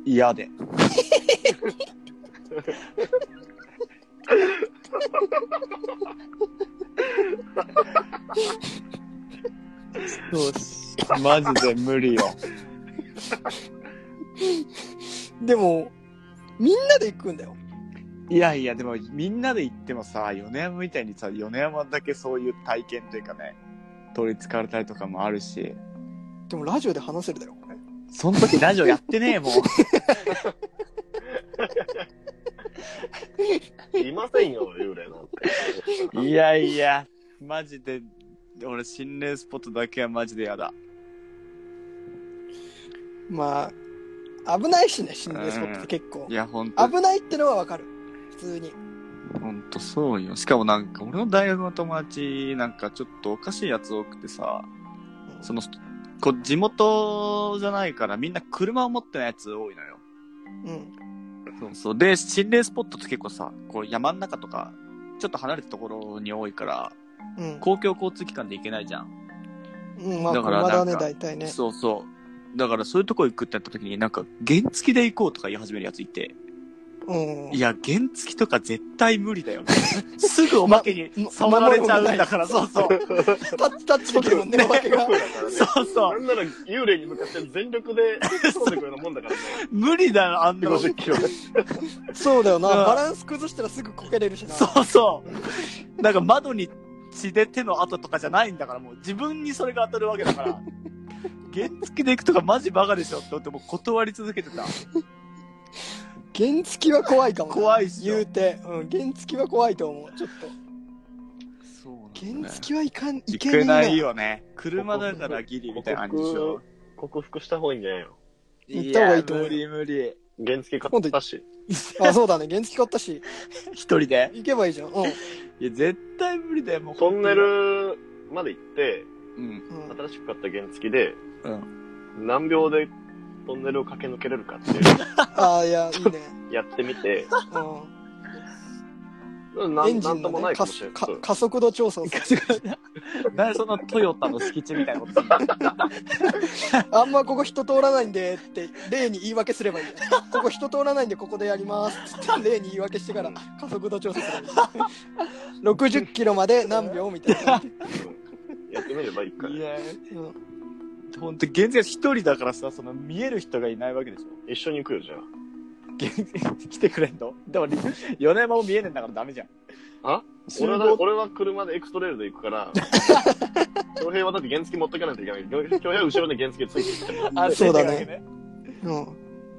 Speaker 4: 嫌でそうマジで無理よ
Speaker 2: でも、みんなで行くんだよ。
Speaker 4: いやいや、でもみんなで行ってもさ、米山みたいにさ、米山だけそういう体験というかね、取り憑かれたりとかもあるし、
Speaker 2: でもラジオで話せるだよ。
Speaker 4: その時ラジオやってねえもん。
Speaker 3: いませんよ、幽霊なんて。
Speaker 4: いやいや、マジで、俺、心霊スポットだけはマジでやだ。
Speaker 2: まあ、危ないしね、心霊スポットって結構
Speaker 4: い。や、ほんと、
Speaker 2: 危ないってのはわかる。普通に。
Speaker 4: ほんとそうよ。しかもなんか、俺の大学の友達、なんかちょっとおかしいやつ多くてさ、その、こ地元じゃないから、みんな車を持ってないやつ多いのよ。
Speaker 2: うん。
Speaker 4: そうそう。で、心霊スポットって結構さ、こう山の中とか、ちょっと離れたところに多いから、
Speaker 2: うん。
Speaker 4: 公共交通機関で行けないじゃん。
Speaker 2: うん、まあ、
Speaker 4: だから
Speaker 2: 車だね、
Speaker 4: なんか
Speaker 2: 大体ね。
Speaker 4: そうそう。だからそういうとこ行くってなった時に、なんか、原付で行こうとか言い始めるやついて、
Speaker 2: うん。
Speaker 4: いや、原付とか絶対無理だ よね。すぐおまけに触られちゃうんだから、そうそう。
Speaker 2: タッチタッチできるもんね、お化けが。
Speaker 4: そうそ
Speaker 3: な
Speaker 4: う。
Speaker 3: んなら幽霊に向かって全力で飛んでくるようなもんだからね。
Speaker 4: 無理だよ、あんなの。
Speaker 3: 50キロで。
Speaker 2: そうだよな。
Speaker 4: うん
Speaker 2: バランス崩したらすぐこけれるしな。
Speaker 4: そうそう。なんか窓に血で手の跡とかじゃないんだから、もう自分にそれが当たるわけ だから。原付で行くとかマジバカでしょって思ってもう断り続けてた。
Speaker 2: 原付は怖いかもな。
Speaker 4: 怖いっしょ
Speaker 2: 言うて。うん、原付は怖いと思う。ちょっと。原付はいかん、い
Speaker 4: 行
Speaker 2: けね
Speaker 4: け
Speaker 2: え
Speaker 4: ない。よね。車だからギリみたいな感じでしょ
Speaker 3: 克。克服した方がいいんじゃないの
Speaker 2: 行った方がいいと思う
Speaker 4: や無理無理。
Speaker 3: 原付買ったし。
Speaker 2: あ、そうだね。原付買ったし。
Speaker 4: 一人で
Speaker 2: 行けばいいじゃん。う ん。
Speaker 4: いや、絶対無理だよ、もう。
Speaker 3: トンネルまで行って、
Speaker 4: うん。
Speaker 2: うん
Speaker 3: 新しく買った原付で、
Speaker 4: うん。
Speaker 3: 何秒でトンネルを駆け抜けれるかっていう
Speaker 2: あーいや、いいね。
Speaker 3: やって みて、
Speaker 2: う。
Speaker 3: なん
Speaker 2: エンジ
Speaker 3: な
Speaker 2: ン
Speaker 3: んと
Speaker 2: の
Speaker 3: も
Speaker 2: ね
Speaker 3: ない、か
Speaker 2: 加
Speaker 3: もしれ
Speaker 2: 速
Speaker 3: な
Speaker 2: 加
Speaker 3: い。そう
Speaker 2: 加速度調査をする。
Speaker 4: なんでそのトヨタの敷地みたいなことすんの
Speaker 2: あんまここ人通らないんでって、例に言い訳すればいいじゃん。ここ人通らないんでここでやりますっつって、例に言い訳してから加速度調査すればいいじゃん。60キロまで何秒みたいな。
Speaker 3: うんやってみればいいから
Speaker 4: い。や、
Speaker 2: うん
Speaker 4: ほんと、現在一人だからさ、その見える人がいないわけでしょ。
Speaker 3: 一緒に行くよ、じゃ
Speaker 4: 現 来てくれんのでも、米山も見えねえんだからダメじゃん。
Speaker 3: あ。あ
Speaker 4: 集
Speaker 3: 俺は
Speaker 4: 合、
Speaker 3: 俺は車でエクストレールで行く から、翔平はだって原付持っていかないといけない。翔平は後ろで原付ついていってる。
Speaker 4: あ
Speaker 2: そうだね。
Speaker 4: 出てくる
Speaker 2: う
Speaker 4: わけ
Speaker 2: ん。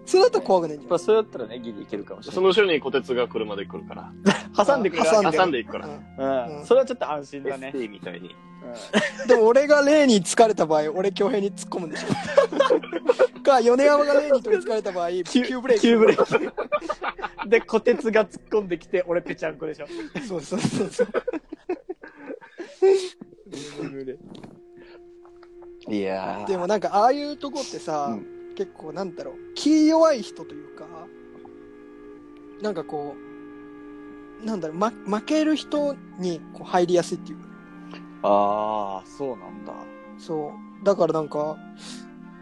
Speaker 2: それだと怖くないんじゃん
Speaker 4: まあ、。それだったらね、ギリいけるかもしれ
Speaker 3: そ
Speaker 4: な
Speaker 3: の
Speaker 4: い。
Speaker 3: 後ろに小鉄が車で来るから。
Speaker 4: 挟んでくれる
Speaker 2: 挟
Speaker 4: わ
Speaker 2: んで
Speaker 4: け
Speaker 3: 挟んでいくから。
Speaker 4: うん
Speaker 2: うん
Speaker 4: それはちょっと安心だね。
Speaker 3: ST みたいに。
Speaker 2: うんでも俺が例に疲れた場合、俺、強兵に突っ込むんでしょ。か、米山が例に取り疲れた場合、急ブレーキ。
Speaker 4: 急ブレーキ。 で、小鉄が突っ込んできて、俺ぺちゃんこでしょ。
Speaker 2: そうそうそうそう。
Speaker 4: いや
Speaker 2: でもなんかああいうとこってさ、
Speaker 4: う
Speaker 2: 結構なんだろう気弱い人というかなんかこうなんだろう、ま、負ける人にこう入りやすいっていう
Speaker 4: ああ、そうなんだ。
Speaker 2: そうだからなんか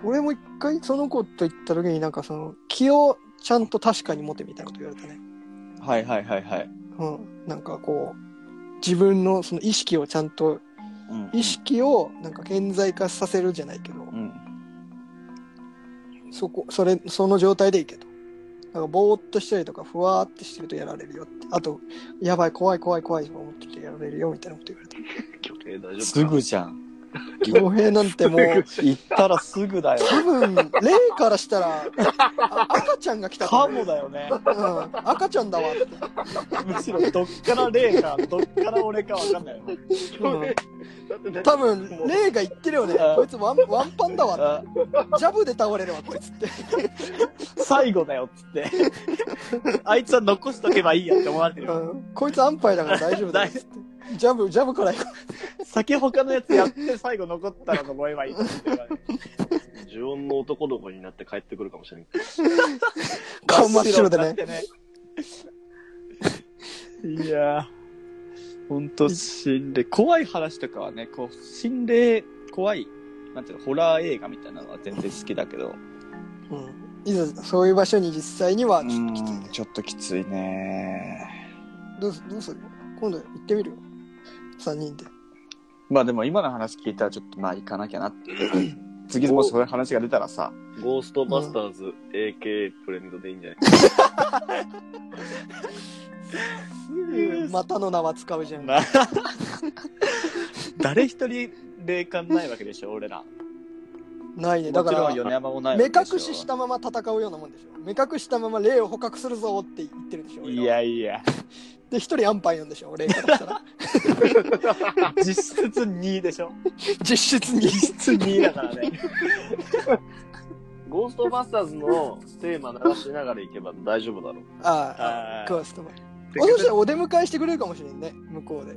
Speaker 2: 俺も一回その子と行った時になんかその気をちゃんと確かに持てみたいなこと言われたね
Speaker 4: はいはいはいはい。
Speaker 2: うんなんかこう自分のその意識をちゃんと意識をなんか顕在化させるじゃないけど、
Speaker 4: うん。
Speaker 2: そこ、それ、その状態でいけと。なんかぼーっとしたりとか、ふわーってしてるとやられるよって。あと、やばい、怖い、怖い、怖いと思っててやられるよみたいなこと言われた。
Speaker 3: 翔平大丈夫か
Speaker 4: すぐじゃん。
Speaker 2: 傭兵なんても う、
Speaker 4: 行ったらすぐ だよ。
Speaker 2: 多分、霊からしたら、あ赤ちゃんが来た
Speaker 4: か
Speaker 2: と
Speaker 4: もだよね。
Speaker 2: うん、赤ちゃんだわって。
Speaker 4: むしろどっから霊か、どっから俺かわかんないよね。
Speaker 3: 翔平だってね
Speaker 2: 多分、霊が言ってるよね。
Speaker 4: うん
Speaker 2: こいつワンワンパンだわ
Speaker 4: あ
Speaker 2: ジャブで倒れるわ、こいつって。
Speaker 4: 最後だよっつって。 あいつは残しとけばいいやって思われてる
Speaker 2: う。ん、こいつ安牌だから大丈夫 だよっつって。ジャブ、ジャブから行く。
Speaker 4: 先他のやつやって最後残ったら残ればいいと思ってるからね
Speaker 3: 呪音の男の子になって帰ってくるかもしれん。
Speaker 2: 顔真っ白でね。
Speaker 4: いやー、ほんと心霊、怖い話とかはね、こう、心霊、怖い、なんていうの、ホラー映画みたいなのは全然好きだけど、
Speaker 2: うん。いざ、そういう場所に実際には、ちょっときついね。
Speaker 4: ち
Speaker 2: ど
Speaker 4: ょっときついね。
Speaker 2: うすどうする今度行ってみるよ3人で
Speaker 4: まあでも今の話聞いたらちょっとまあ行かなきゃなっていう。次もそういう話が出たらさ、
Speaker 3: ゴーストバスターズ AK プレンドでいいんじゃない
Speaker 2: またの名は使うじゃん。
Speaker 4: な誰一人霊感ないわけでしょ俺ら
Speaker 2: ないね。だ
Speaker 4: も
Speaker 2: か
Speaker 4: ちろ
Speaker 2: ら
Speaker 4: ん、米山もない
Speaker 2: 目
Speaker 4: わけでしょ
Speaker 2: 隠ししたまま戦うようなもんでしょ。目隠したまま霊を捕獲するぞって言ってるでしょ。俺ら
Speaker 4: いやいや
Speaker 2: で、一人アンパイなんでしょ、霊からした ら。
Speaker 4: 実質2でしょ
Speaker 2: 実質に。
Speaker 4: 実質2だからね
Speaker 3: ゴーストバスターズのテーマ流しながら行けば大丈夫だろう。
Speaker 2: あ
Speaker 4: あ
Speaker 2: あ、
Speaker 4: ー
Speaker 2: クワストも。もしかしたらお出迎えしてくれるかもしれんね、向こう で。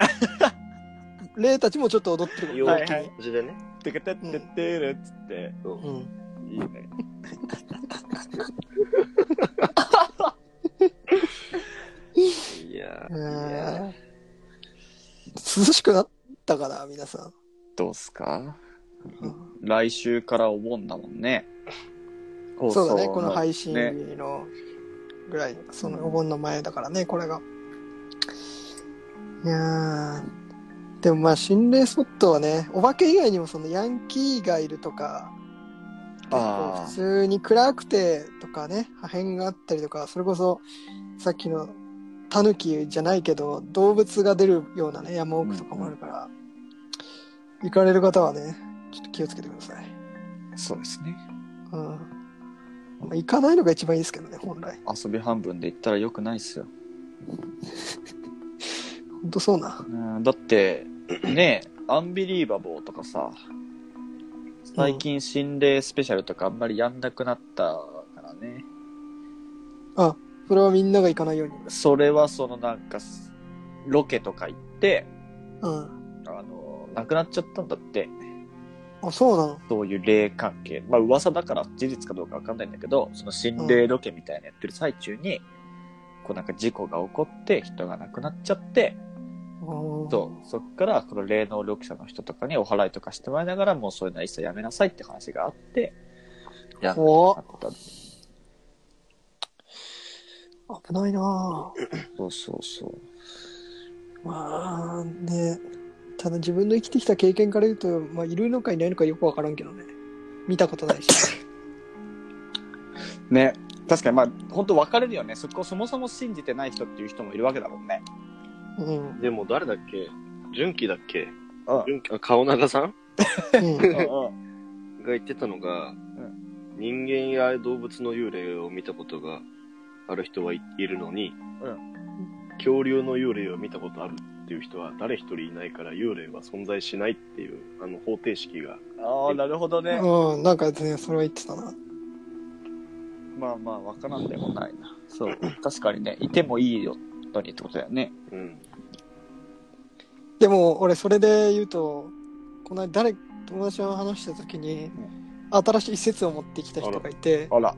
Speaker 2: 霊たちもちょっと踊ってるかも
Speaker 3: 陽
Speaker 4: はい
Speaker 3: 気
Speaker 4: はい
Speaker 3: な感じでね。
Speaker 4: てかてってってるっつって
Speaker 3: そう
Speaker 2: うん。
Speaker 4: いいね
Speaker 3: いや
Speaker 2: うーん涼しくなったから、皆さん。
Speaker 4: どうすか
Speaker 2: うん
Speaker 4: 来週からお盆だもんね
Speaker 2: そうだね、
Speaker 4: 放
Speaker 2: こ
Speaker 4: 送
Speaker 2: の配信
Speaker 4: ね
Speaker 2: 日のぐらい、そのお盆の前だからね、これが。いやーでもまあ心霊スポットはね、お化け以外にもそのヤンキーがいるとか、
Speaker 4: あー
Speaker 2: 普通に暗くてとかね破片があったりとかそれこそさっきのタヌキじゃないけど動物が出るようなね山奥とかもあるから、行かれる方はねちょっと気をつけてください、
Speaker 4: そうですね
Speaker 2: うんまあ行かないのが一番いいですけどね本来
Speaker 4: 遊び半分で言ったらよくないっすよ
Speaker 2: ほんとそうな
Speaker 4: うんだってねえアンビリーバボーとかさ最近心霊スペシャルとかあんまりやんなくなったからね
Speaker 2: それはみんなが行かないように
Speaker 4: それはそのなんかすロケとか行って
Speaker 2: うん
Speaker 4: あのなくなっちゃったんだって
Speaker 2: あそうなの
Speaker 4: そういう霊関係まあ噂だから事実かどうかわかんないんだけどその心霊ロケみたいなやってる最中に、こうなんか事故が起こって人が亡くなっちゃって
Speaker 2: うん
Speaker 4: そうそっからこの霊能力者の人とかにお祓いとかしてもらいながらもうそういうのは一切やめなさいって話があってやんな
Speaker 2: お
Speaker 4: かった
Speaker 2: 危ないなぁ
Speaker 4: そうそうそう
Speaker 2: まあねただ自分の生きてきた経験から言うと、まあ、いるのかいないのかよくわからんけどね見たことないし
Speaker 4: ね確かにまあ本当分かれるよねそこをそもそも信じてない人っていう人もいるわけだもんね
Speaker 2: うん。う
Speaker 3: でも誰だっけ純喜だっけ
Speaker 4: うんうん
Speaker 3: 純喜あ顔長さん
Speaker 2: ん。
Speaker 4: うん
Speaker 3: が言ってたのが、人間や動物の幽霊を見たことがある人はいいるのに、
Speaker 4: うん
Speaker 3: 恐竜の幽霊を見たことあるっていう人は誰一人いないから幽霊は存在しないっていうあの方程式が
Speaker 4: ああなるほどね
Speaker 2: うん、なんかね、それは言ってたな。
Speaker 4: まあまあ分からんでもないなそう確かにねいてもいいよのにってことだよね
Speaker 3: うん
Speaker 2: でも、俺、それで言うと、この間、誰、友達と話した時に、新しい説を持ってきた人がいて、
Speaker 4: あら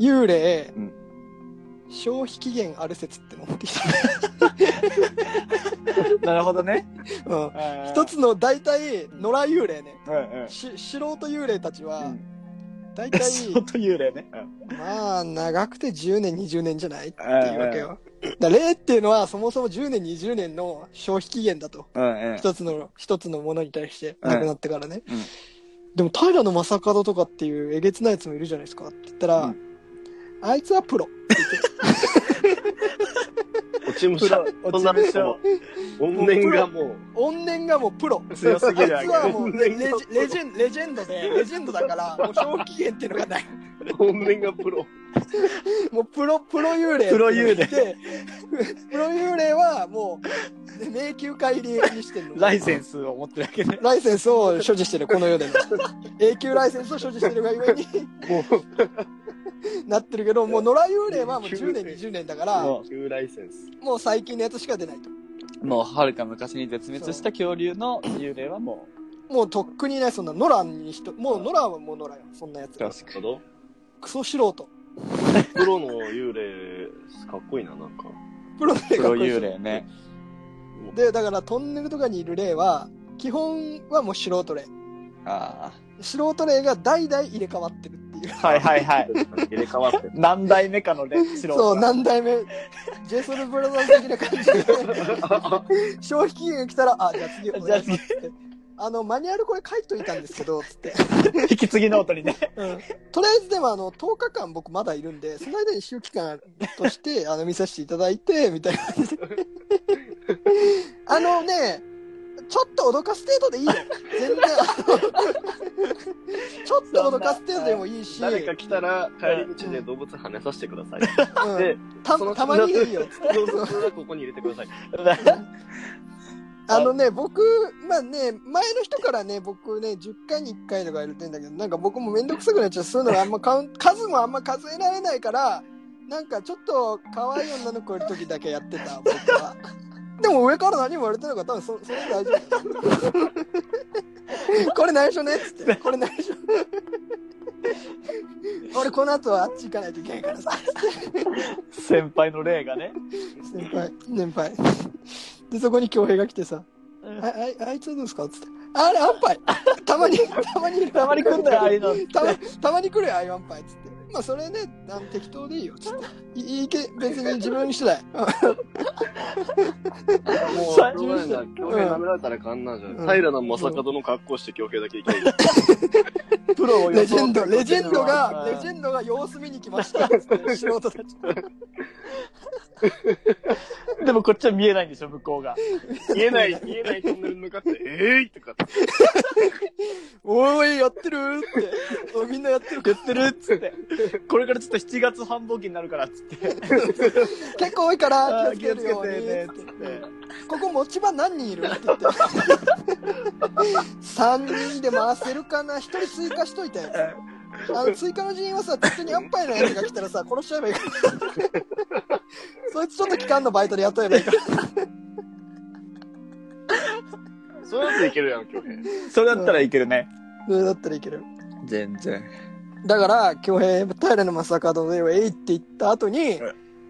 Speaker 2: 幽霊、
Speaker 4: うん
Speaker 2: 消費期限ある説って持ってきた。
Speaker 4: なるほどね
Speaker 2: うん。一つの、大体、野良幽霊ね。
Speaker 4: うんうん
Speaker 2: し素人幽霊たちは、大
Speaker 4: うん
Speaker 2: 体、
Speaker 4: 相当幽霊ねうん
Speaker 2: まあ、長くて10年、20年じゃないっていうわけよ。だから霊っていうのは、そもそも10年、20年の消費期限だと。
Speaker 4: うんうん
Speaker 2: 一つの、一つのものに対して、
Speaker 4: うん
Speaker 2: 亡くなってからね。
Speaker 4: うん
Speaker 2: でも、平野正門とかっていうえげつないやつもいるじゃないですかって言ったら、
Speaker 4: うん
Speaker 2: あいつはプロ。
Speaker 3: 落ち武
Speaker 4: プ
Speaker 3: 者
Speaker 4: ロ落ち武者
Speaker 3: もう怨念がもう
Speaker 2: 怨念がもうプロ。
Speaker 4: 強す
Speaker 2: あ
Speaker 4: ぎ
Speaker 2: いつ
Speaker 4: るわけ
Speaker 2: はもうレジ
Speaker 3: 怨念が
Speaker 2: レジェンレジェンドで、レジェンドだから、もう消費期限っていうのがない。
Speaker 3: 怨念がプロ
Speaker 2: もうプロ、プロ幽霊。
Speaker 4: プロ幽霊
Speaker 2: で。プロ幽霊はもう、ね迷宮会入りにしてるの。
Speaker 4: ライセンスを持ってるわけね
Speaker 2: ライセンスを所持してる、この世 での。永久ライセンスを所持してるがゆえに。
Speaker 3: もう
Speaker 2: なってるけ ど、もう野良幽霊はもう10年、20年だから、
Speaker 4: も
Speaker 3: 旧ライセンス
Speaker 2: もう最近のやつしか出ないと。
Speaker 4: うもうはるか昔に絶滅した恐竜の幽霊はも
Speaker 2: もうとっくにね、そんな野良に人、もう野良はもう野良よ、そんなやつ
Speaker 4: う。確
Speaker 3: なるほど
Speaker 2: クソ素人。
Speaker 3: プロの幽霊かっこいいななんか
Speaker 2: プロの霊が
Speaker 4: プロ
Speaker 2: これ
Speaker 4: 幽霊ね
Speaker 2: で、だからトンネルとかにいる霊は、基本はもう素人霊。
Speaker 4: あ
Speaker 2: 素人霊が代々入れ替わってるっていう。
Speaker 4: あはいはいはい
Speaker 3: 入れ替わってる
Speaker 4: 何代目かの ね素人が
Speaker 2: そう、何代目、ジェイソルブ ラザーズ的な感じで、消費期限が来たら、あ、じゃあ次お願いしますって。あの、マニュアルこれ書いといたんですけど、つって。
Speaker 4: 引き継ぎノートにね。
Speaker 2: うんとりあえずでもあの10日間僕まだいるんでその間に試用期間として あの見させていただいてみたいな感じであのねちょっと脅かす程度でいいよ全 然あのちょっと脅かす程度でもいいし、
Speaker 3: 誰か来たら帰り道で動物跳ねさせてください。
Speaker 2: うん
Speaker 3: で、その
Speaker 2: たたまにでいいよ
Speaker 3: 動物はここに入れてください。
Speaker 2: あのね僕まあね前の人からね僕ね10回に1回とか言ってんだけどなんか僕もめんどくさくなっちゃうそういうのがあんまカウン数もあんま数えられないからなんかちょっと可愛い女の子いる時だけやってた僕は。でも上から何も言われてなかった多分そそれで大丈夫これ内緒ねっつってこれ内緒 俺この後はあっち行かないといけないからさ
Speaker 4: 先輩の霊がね。
Speaker 2: 先輩年配でそこに恭平が来てさ「あああいつはどうですか?」っつって「あれアンパ イたまにたまにいる
Speaker 4: たまに来んだよ、ああいうの。
Speaker 2: たまたまに来るよああいうアンパイ」っつって「まあそれねあの適当でいいよ」っつって「いいけ別に自分に してない」
Speaker 3: もう、
Speaker 4: 最
Speaker 3: しょうがないな。強兵舐められたらかんないじゃん。平の正門の格好して強兵だけいけない。
Speaker 4: プロを
Speaker 2: レジェンドレジェンドがレジ
Speaker 4: ン
Speaker 2: ェンドが様子見に来ましたっつって素人たち
Speaker 4: ド。 でもこっちは見えないんでしょ、向こうが。
Speaker 3: 見えない、見えないトンネルに向かって、えいとかって。
Speaker 2: 「おーいやってる?」っておい「みんなやってる
Speaker 4: 言ってるっつって。これからちょっと7月繁忙期になるからっつって。
Speaker 2: 結構多いから気
Speaker 4: 気
Speaker 2: を
Speaker 4: を
Speaker 2: つ
Speaker 4: つ
Speaker 2: け
Speaker 4: け
Speaker 2: る
Speaker 4: て
Speaker 2: ように」
Speaker 4: ね
Speaker 2: っつって
Speaker 4: って。
Speaker 2: ここ持ち場何人いるって言って3人で回せるかな1人追加しといてあの追加の人員はさ適当にアンパイのやつが来たらさ殺しちゃえばいいから そいつちょっと期間のバイトで雇えばいいから
Speaker 3: そういうやついけるやん、強兵。
Speaker 4: それだったらいけるね。
Speaker 2: それだったらいける
Speaker 4: 全然。
Speaker 2: だから恭平平の正門で「えい」って言った後に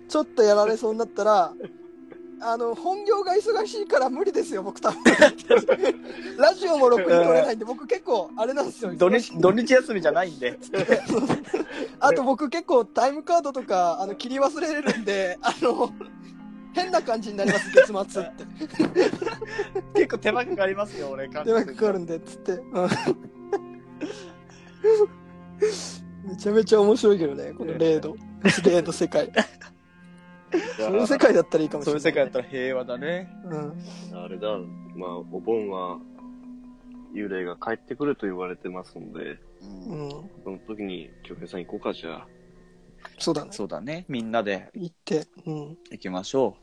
Speaker 2: ちょっとやられそうになったらあの本業が忙しいから無理ですよ僕多分ラジオも録音取れないんで僕結構あれなんですよ
Speaker 4: 土日、土日休みじゃないんで。
Speaker 2: あと僕結構タイムカードとかあの切り忘れるんで、あの、変な感じになります、月末 って。
Speaker 4: 結構手間かかりますよ、俺。
Speaker 2: 電話かかるんで、つって。うんめちゃめちゃ面白いけどね、このレード。レード世界。そういう世界だったらいいかもし
Speaker 4: そう
Speaker 2: れ
Speaker 4: い
Speaker 2: な
Speaker 4: う
Speaker 2: い。
Speaker 4: 世界だったら平和だね。
Speaker 2: うん。
Speaker 3: あれだ、まあ、お盆は、幽霊が帰ってくると言われてますので、
Speaker 2: うん。
Speaker 3: その時に、京平さん行こうか、じゃあ。
Speaker 2: そうだね。
Speaker 4: そうだね。みんなで
Speaker 2: 行って。うん。
Speaker 4: 行きましょ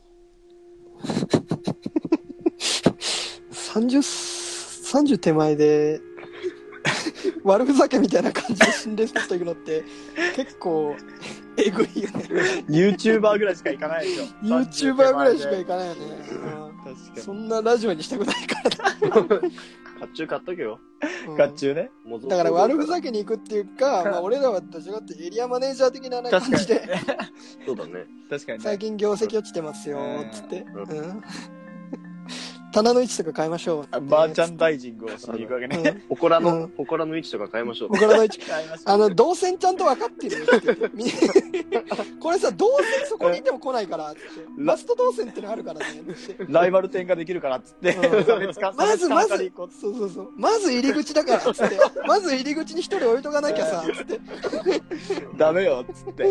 Speaker 2: 30、30手前で、 悪ふざけみたいな感じで心霊スポット行くのって、結構、えぐいよね。
Speaker 4: う。YouTuber ぐらいしか行かないでしょ。
Speaker 2: YouTuber ぐらいしか行かないよね。
Speaker 4: 確
Speaker 2: うん
Speaker 4: か
Speaker 2: そんなラジオにしたくないからだ。
Speaker 3: 甲冑買っとけよ。
Speaker 2: うん
Speaker 4: に。甲冑ね。
Speaker 3: もう
Speaker 2: だから悪ふざけに行くっていうか、まあ、俺らはどっちかっていうとエリアマネージャー的なね感
Speaker 4: 確か
Speaker 2: じ
Speaker 4: に
Speaker 2: で、
Speaker 3: そうだね。
Speaker 4: 確かに
Speaker 2: 最
Speaker 4: ね。
Speaker 2: 近業績落ちてますよ
Speaker 4: うん、
Speaker 2: つって。
Speaker 3: う
Speaker 2: うん棚の位置とか変えましょうって。
Speaker 4: バーチャンダイジングをしに行くわけね。
Speaker 2: うん
Speaker 3: ほこら
Speaker 2: うん
Speaker 3: の、ほこらの位置とか変えましょう。
Speaker 2: 僕らの位置。
Speaker 4: 買いましょ
Speaker 2: あ
Speaker 4: う
Speaker 2: の、動線ちゃんと分かってるよって言ってみ これさ、動線そこにいても来ないから、つって。ラスト動線ってのあるからね、つって。
Speaker 4: ライバル点ができるからっつって、
Speaker 2: うん
Speaker 4: 差別化差
Speaker 2: ま
Speaker 4: 別
Speaker 2: ず
Speaker 4: 化
Speaker 2: ま
Speaker 4: の中
Speaker 2: ず
Speaker 4: に行こうっつっ
Speaker 2: そうそうそうまず入り口だからっつってまず入り口に一人置いとかなきゃさっつって、
Speaker 4: てダメよっつって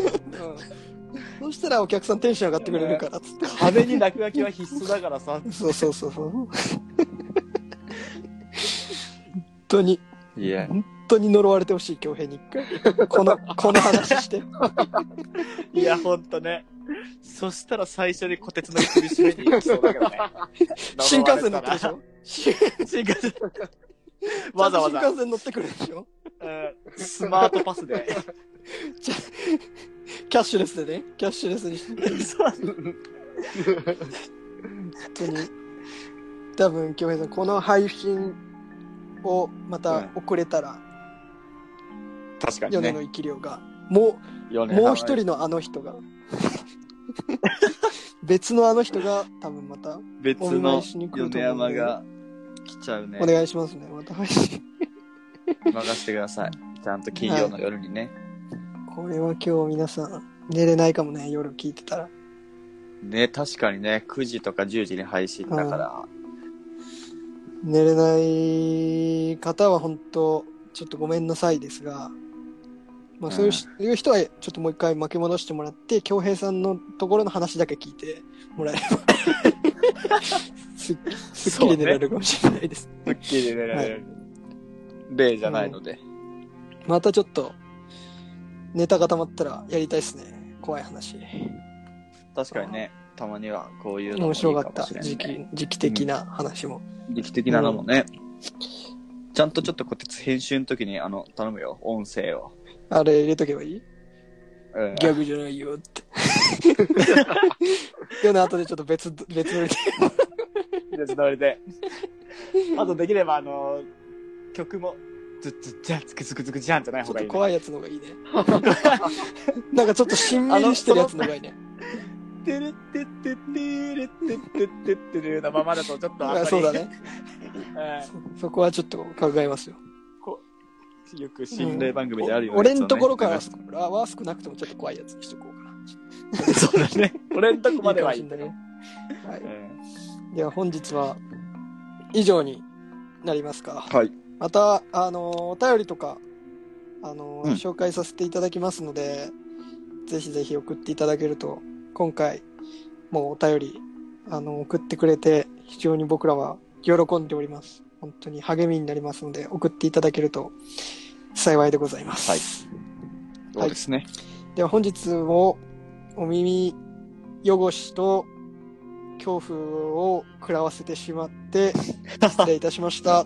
Speaker 2: そしたらお客さんテンション上がってくれるからっつって
Speaker 4: 壁に落書きは必須だからさ
Speaker 2: そうそうそうそう本当に
Speaker 4: いや
Speaker 2: 本当に呪われてほしい恭平に一回このこの話して
Speaker 4: いやほんとねそしたら最初に虎鉄の首絞めに行きそうだけど ね
Speaker 2: 新幹線乗ってるでしょし
Speaker 4: 新幹線わざわ
Speaker 2: 新
Speaker 4: ざ、
Speaker 2: 幹線乗ってくるでしょ
Speaker 4: うんスマートパスで
Speaker 2: キャッシュレスでねキャッシュレスにして本当に多分京平さんこの配信をまた遅れたら、
Speaker 4: 確かに
Speaker 2: 米の
Speaker 4: ね
Speaker 2: 生き量がも
Speaker 4: も
Speaker 2: うもう一人のあの人 が別のあの人が多分また
Speaker 4: 別
Speaker 2: お見舞い
Speaker 4: の
Speaker 2: しに来ると
Speaker 4: 米
Speaker 2: 思うんで
Speaker 4: 山が来ちゃうね
Speaker 2: お願いしますねまた配信
Speaker 4: 任せてくださいちゃんと金曜の夜にね、
Speaker 2: これは今日皆さん寝れないかもね夜聞いてたら
Speaker 4: ね確かにね9時とか10時に配信だから、
Speaker 2: 寝れない方は本当ちょっとごめんなさいですが、まあ、そういうしいう人はちょっともう一回巻き戻してもらって恭平さんのところの話だけ聞いてもらえれば すすっきり寝られるかもしれないです、
Speaker 4: すっきり寝られる。例じゃないので。
Speaker 2: またちょっとネタ固まったらやりたいですね怖い話
Speaker 4: 確かにね、たまにはこういうの
Speaker 2: 面
Speaker 4: もいいか
Speaker 2: 白かっ
Speaker 4: も
Speaker 2: た
Speaker 4: しれない。
Speaker 2: 時期時期的な話も、
Speaker 4: 時期的なのもね。ちゃんとちょっとこうやって編集の時に、あの、頼むよ、音声を。
Speaker 2: あれ入れとけばいい
Speaker 4: うん
Speaker 2: ギャグじゃないよって。 よね、後でちょっと別、別ので。
Speaker 4: じゃあちょっとあれで。あとできれば、あの、曲も、ずっずっじゃん、つくつくつくじゃんじゃない
Speaker 2: ちょ
Speaker 4: 方
Speaker 2: っと
Speaker 4: がいい、ね。
Speaker 2: 怖いやつの方がいいね。 なんかちょっとしんみりしてるやつの方がいいね。
Speaker 4: てるってってってるってってってってるなままだとちょっとあんま
Speaker 2: あ
Speaker 4: り
Speaker 2: そうだね。
Speaker 4: うん
Speaker 2: そそこはちょっと考えますよ。
Speaker 4: よく心霊番組であるよ、
Speaker 2: お俺のところからは少なくともちょっと怖いやつにしとこうかな。
Speaker 4: そうだね俺のとこまではいい
Speaker 2: いいかもしれないね。
Speaker 4: う
Speaker 2: は
Speaker 4: ん
Speaker 2: い。では本日は以上になりますか。
Speaker 4: はい
Speaker 2: また、あのーお便りとか、あのー
Speaker 4: うん
Speaker 2: 紹介させていただきますので、ぜひぜひ送っていただけると、今回、もうお便り、あのー送ってくれて、非常に僕らは喜んでおります。本当に励みになりますので、送っていただけると幸いでございます。
Speaker 4: はいそうですね、
Speaker 2: では本日もお耳汚しと恐怖を食らわせてしまって失礼いたしました。